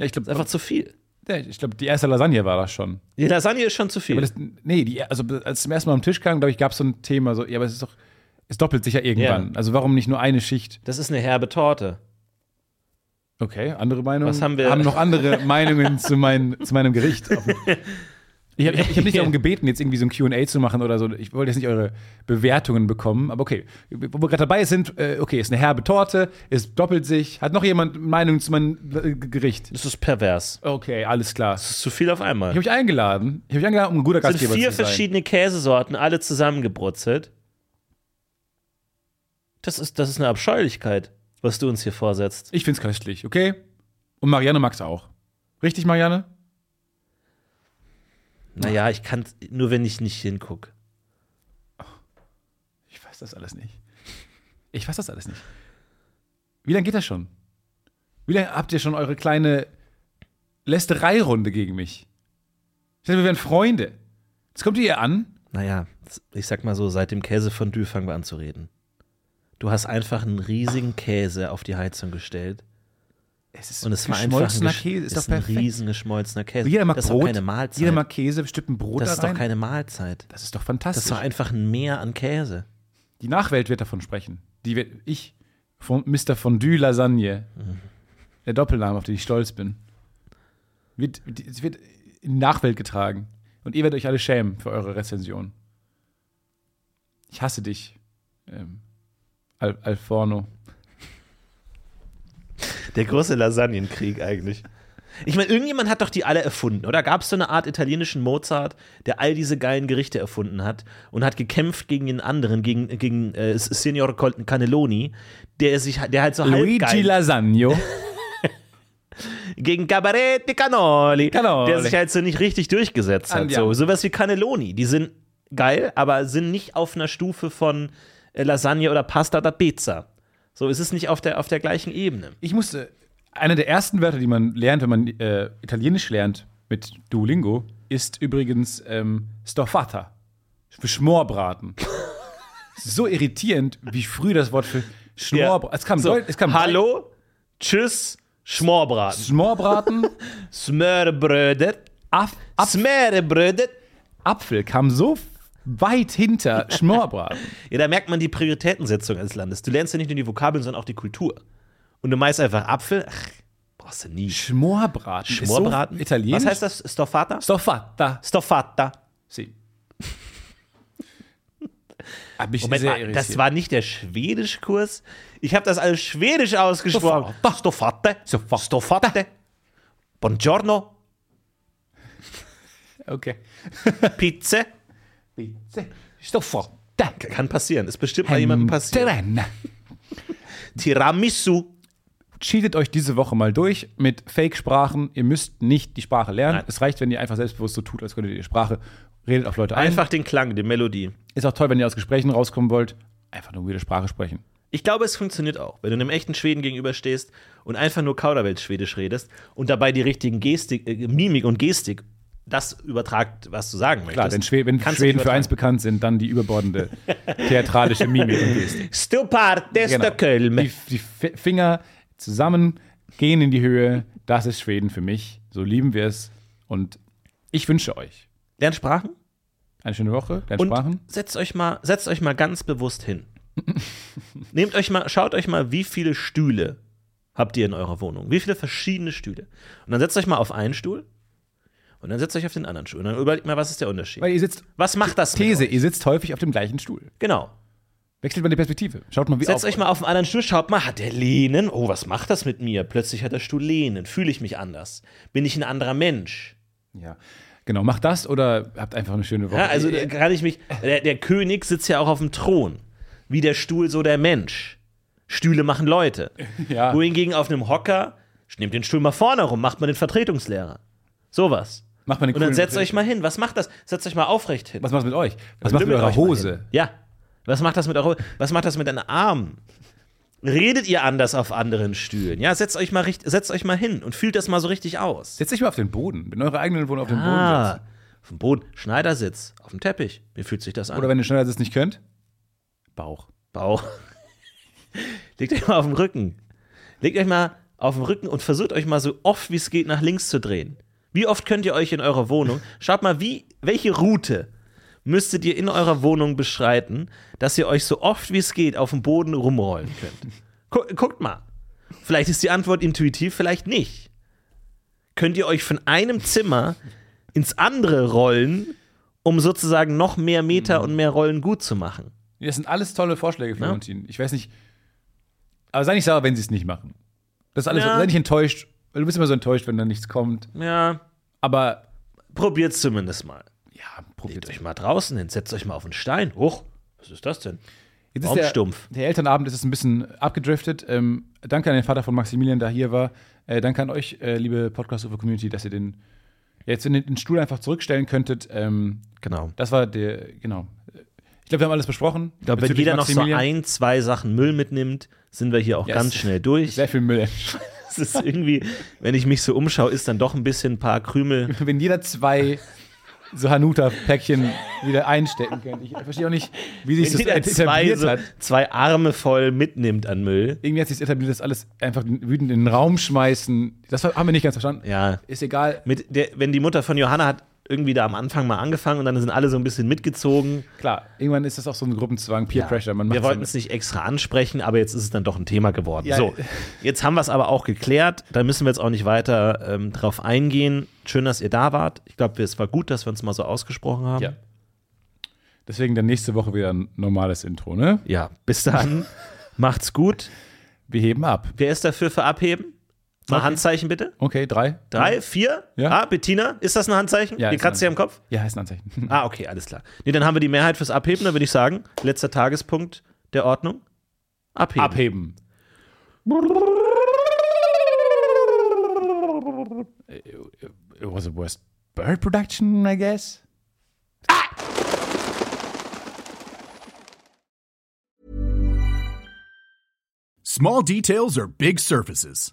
B: Ja, ich
C: Das ist
B: glaube,
C: einfach zu viel.
B: ich glaub, die erste Lasagne war das schon.
C: Die Lasagne ist schon zu viel.
B: Aber das, nee, die, also als es zum ersten Mal am Tisch kam, glaube ich, gab es so ein Thema, so, ja, aber es ist doch, es doppelt sich ja irgendwann. Also warum nicht nur eine Schicht?
C: Das ist eine herbe Torte.
B: Okay, andere Meinung.
C: Was haben wir-
B: haben noch andere Meinungen zu, mein, zu meinem Gericht. Auf- Ich habe hab nicht darum gebeten, jetzt irgendwie so ein QA zu machen oder so. Ich wollte jetzt nicht eure Bewertungen bekommen, aber okay. Wo wir gerade dabei sind, äh, okay, ist eine herbe Torte, es doppelt sich. Hat noch jemand Meinung zu meinem äh, Gericht?
C: Das ist pervers.
B: Okay, alles klar.
C: Das ist zu viel auf einmal.
B: Ich habe mich eingeladen. Ich habe mich eingeladen, um ein guter
C: Es
B: Gastgeber
C: sind vier
B: zu sein.
C: verschiedene Käsesorten, alle zusammengebrutzelt. Das ist, das ist eine Abscheulichkeit, was du uns hier vorsetzt.
B: Ich find's köstlich, okay? Und Marianne mag's auch. Richtig, Marianne?
C: Naja, ich kann nur, wenn ich nicht hingucke.
B: Ich weiß das alles nicht. Ich weiß das alles nicht. Wie lange geht das schon? Wie lange habt ihr schon eure kleine Lästerei-Runde gegen mich? Ich dachte, wir wären Freunde. Jetzt kommt ihr hier an.
C: Naja, ich sag mal so, seit dem Käsefondue fangen wir an zu reden. Du hast einfach einen riesigen Käse auf die Heizung gestellt.
B: Es ist
C: Und es war einfach ein,
B: geschmolzener
C: gesch-
B: Käse. Ist doch
C: ist ein
B: perfekt.
C: riesen geschmolzener Käse.
B: jeder mag
C: das ist
B: Brot.
C: doch keine Mahlzeit.
B: Jeder mag Käse, Stücken Brot
C: das ist
B: da rein.
C: doch keine Mahlzeit.
B: das ist doch fantastisch.
C: Das war einfach ein Meer an Käse.
B: Die Nachwelt wird davon sprechen. Die wird, ich, von Mr. Fondue Lasagne, der Doppelname, auf den ich stolz bin, wird, die- es wird in die Nachwelt getragen. Und ihr werdet euch alle schämen für eure Rezension. Ich hasse dich, ähm, Al Alforno.
C: Der große Lasagnenkrieg eigentlich. Ich meine, irgendjemand hat doch die alle erfunden, oder? Gab es so eine Art italienischen Mozart, der all diese geilen Gerichte erfunden hat und hat gekämpft gegen den anderen, gegen, gegen äh, Signor Col- Cannelloni, der sich, der halt so
B: Luigi
C: halbgeil,
B: Lasagno.
C: gegen Cabaret di Cannoli,
B: Cannoli.
C: der sich halt so nicht richtig durchgesetzt hat.
B: Andiamo.
C: So sowas wie Cannelloni, die sind geil, aber sind nicht auf einer Stufe von äh, Lasagne oder Pasta da Pizza. So, es ist nicht auf der auf der gleichen Ebene.
B: Ich musste Einer der ersten Wörter, die man lernt, wenn man äh, Italienisch lernt mit Duolingo, ist übrigens ähm, Stoffata. Für Schmorbraten. so irritierend, wie früh das Wort für Schmorbraten. Es kam,
C: so,
B: deut- es kam
C: Hallo, tschüss, Schmorbraten.
B: Schmorbraten,
C: Smörbrödet.
B: Af Ap
C: Smörbrödet.
B: Apfel kam so weit hinter Schmorbraten.
C: Ja, da merkt man die Prioritätensetzung eines Landes. Du lernst ja nicht nur die Vokabeln, sondern auch die Kultur. Und du meinst einfach Apfel, ach, brauchst du nie.
B: Schmorbraten.
C: Schmorbraten.
B: Ist so italienisch.
C: Was heißt das? Stoffata?
B: Stoffata.
C: Stoffata.
B: Sie. Hab ich
C: Moment
B: sehr
C: mal,
B: irritiert.
C: das war nicht der Schwedischkurs. Ich habe das alles Schwedisch ausgesprochen. Stoffate. Stoffate. Buongiorno.
B: okay.
C: Pizza.
B: Stoffata.
C: Kann passieren. Ist bestimmt mal jemandem passiert.
B: Terren.
C: Tiramisu.
B: Cheatet euch diese Woche mal durch mit Fake-Sprachen. Ihr müsst nicht die Sprache lernen.
C: Nein.
B: Es reicht, wenn ihr einfach selbstbewusst so tut, als könntet ihr die Sprache. Redet auf Leute ein.
C: Einfach den Klang, die Melodie.
B: Ist auch toll, wenn ihr aus Gesprächen rauskommen wollt. Einfach nur um wieder Sprache sprechen.
C: Ich glaube, es funktioniert auch, wenn du einem echten Schweden gegenüberstehst und einfach nur Kauderwelsch-Schwedisch redest und dabei die richtigen Gestik, äh, Mimik und Gestik das übertragt, was du sagen möchtest.
B: Klar, denn Schwe wenn
C: Kannst du
B: Schweden für
C: übertragen.
B: eins bekannt sind, dann die überbordende theatralische Mimik und Gestik.
C: Stuparte
B: Die,
C: Stockholm.
B: die F- Finger zusammen gehen in die Höhe. Das ist Schweden für mich. So lieben wir es. Und ich wünsche euch
C: Lernt Sprachen
B: eine schöne Woche. Lernt
C: und
B: Sprachen.
C: setzt euch mal, setzt euch mal ganz bewusst hin. Nehmt euch mal, schaut euch mal, wie viele Stühle habt ihr in eurer Wohnung? Wie viele verschiedene Stühle? Und dann setzt euch mal auf einen Stuhl und dann setzt euch auf den anderen Stuhl und dann überlegt mal, was ist der Unterschied?
B: Weil ihr sitzt,
C: Was macht das? mit
B: These,
C: euch?
B: ihr sitzt häufig auf dem gleichen Stuhl.
C: Genau.
B: Wechselt mal die Perspektive. Schaut mal, wie
C: Setzt
B: auf-
C: euch mal auf einen anderen Stuhl, schaut mal, hat der Lehnen? Oh, was macht das mit mir? Plötzlich hat der Stuhl Lehnen. Fühle ich mich anders? Bin ich ein anderer Mensch?
B: Ja. Genau, macht das oder habt einfach eine schöne Woche.
C: Ja, also da
B: Ihr-
C: kann ich mich. Der, der König sitzt ja auch auf dem Thron. Wie der Stuhl, so der Mensch. Stühle machen Leute.
B: ja.
C: Wohingegen auf einem Hocker, nehmt den Stuhl mal vorne rum, macht man den Vertretungslehrer. Sowas.
B: macht mal eine
C: Und dann
B: coole-
C: setzt euch mal hin. Was macht das? Setzt euch mal aufrecht hin.
B: Was macht's mit euch? Was macht mit
C: Lümmelt
B: eurer
C: euch mal
B: Hose?
C: hin. Ja. Was macht das mit eurer, was macht das mit deinen Armen? Redet ihr anders auf anderen Stühlen? Ja, setzt euch mal richt, setzt euch mal hin und fühlt das mal so richtig aus.
B: Setzt euch mal auf den Boden. Wenn eure eigenen Wohnung auf den Boden
C: Ah,
B: setzt.
C: auf dem Boden, Schneidersitz, auf dem Teppich. Wie fühlt sich das an?
B: Oder wenn ihr schneller sitzt nicht könnt, Bauch.
C: Bauch. Legt euch mal auf den Rücken. Legt euch mal auf den Rücken und versucht euch mal so oft wie es geht nach links zu drehen. Wie oft könnt ihr euch in eurer Wohnung, schaut mal, wie, welche Route müsstet ihr in eurer Wohnung beschreiten, dass ihr euch so oft wie es geht auf dem Boden rumrollen könnt. Gu guckt mal. Vielleicht ist die Antwort intuitiv, vielleicht nicht. Könnt ihr euch von einem Zimmer ins andere rollen, um sozusagen noch mehr Meter und mehr Rollen gut zu machen?
B: Das sind alles tolle Vorschläge,
C: Ja.
B: Florentin. Ich weiß nicht. Aber sei nicht sauer, wenn sie es nicht machen. Das ist alles.
C: Ja.
B: Sei nicht enttäuscht. Weil du bist immer so enttäuscht, wenn da nichts kommt.
C: Ja,
B: Aber
C: Probiert's zumindest mal.
B: ja,
C: Legt
B: probiert euch.
C: euch mal draußen hin, setzt euch mal auf einen Stein. Huch, was ist das denn?
B: Jetzt
C: Warum
B: der,
C: stumpf?
B: Der Elternabend ist es ein bisschen abgedriftet. Ähm, danke an den Vater von Maximilian, der hier war. Äh, danke an euch, äh, liebe Podcast-Ufer-Community, dass ihr den jetzt in den, den Stuhl einfach zurückstellen könntet. Ähm,
C: Genau.
B: das war der, genau. Ich glaube, wir haben alles besprochen.
C: Ich glaube, wenn
B: Bezüglich
C: jeder noch so
B: Maximilian.
C: ein, zwei Sachen Müll mitnimmt, sind wir hier auch
B: Ja,
C: ganz
B: es-
C: schnell durch.
B: Sehr viel Müll.
C: Es ist irgendwie, wenn ich mich so umschaue, ist dann doch ein bisschen ein paar Krümel.
B: wenn jeder zwei so Hanuta-Päckchen wieder einstecken könnte. Ich verstehe auch nicht, wie sich
C: Wenn jeder
B: das
C: zwei,
B: etabliert
C: so,
B: hat.
C: zwei Arme voll mitnimmt an Müll.
B: Irgendwie hat sich das etabliert, dass alles einfach wütend in den Raum schmeißen. Das haben wir nicht ganz verstanden.
C: Ja.
B: Ist egal.
C: Mit der, wenn die Mutter von Johanna hat irgendwie da am Anfang mal angefangen und dann sind alle so ein bisschen mitgezogen.
B: Klar, irgendwann ist das auch so ein Gruppenzwang, Peer Pressure. Man
C: wir
B: macht's
C: wollten es nicht extra ansprechen, aber jetzt ist es dann doch ein Thema geworden.
B: Ja.
C: So, jetzt haben wir es aber auch geklärt. Da müssen wir jetzt auch nicht weiter ähm, drauf eingehen. Schön, dass ihr da wart. Ich glaube, es war gut, dass wir uns mal so ausgesprochen haben.
B: Ja. Deswegen dann nächste Woche wieder ein normales Intro, ne?
C: ja bis dann. Macht's gut.
B: Wir heben ab.
C: Wer ist dafür für Abheben? Mal Handzeichen bitte.
B: Okay, drei.
C: Drei, vier.
B: Ja.
C: Ah, Bettina, ist das ein Handzeichen?
B: Ja,
C: Die
B: ist ein
C: kratzt hier am Kopf.
B: Ja, heißt ein Anzeichen.
C: Ah, okay, alles klar. Nee, dann haben wir die Mehrheit fürs Abheben. Dann würde ich sagen, letzter Tagespunkt der Ordnung. Abheben.
B: Abheben. It was the worst bird production, I guess.
D: Small details are big surfaces.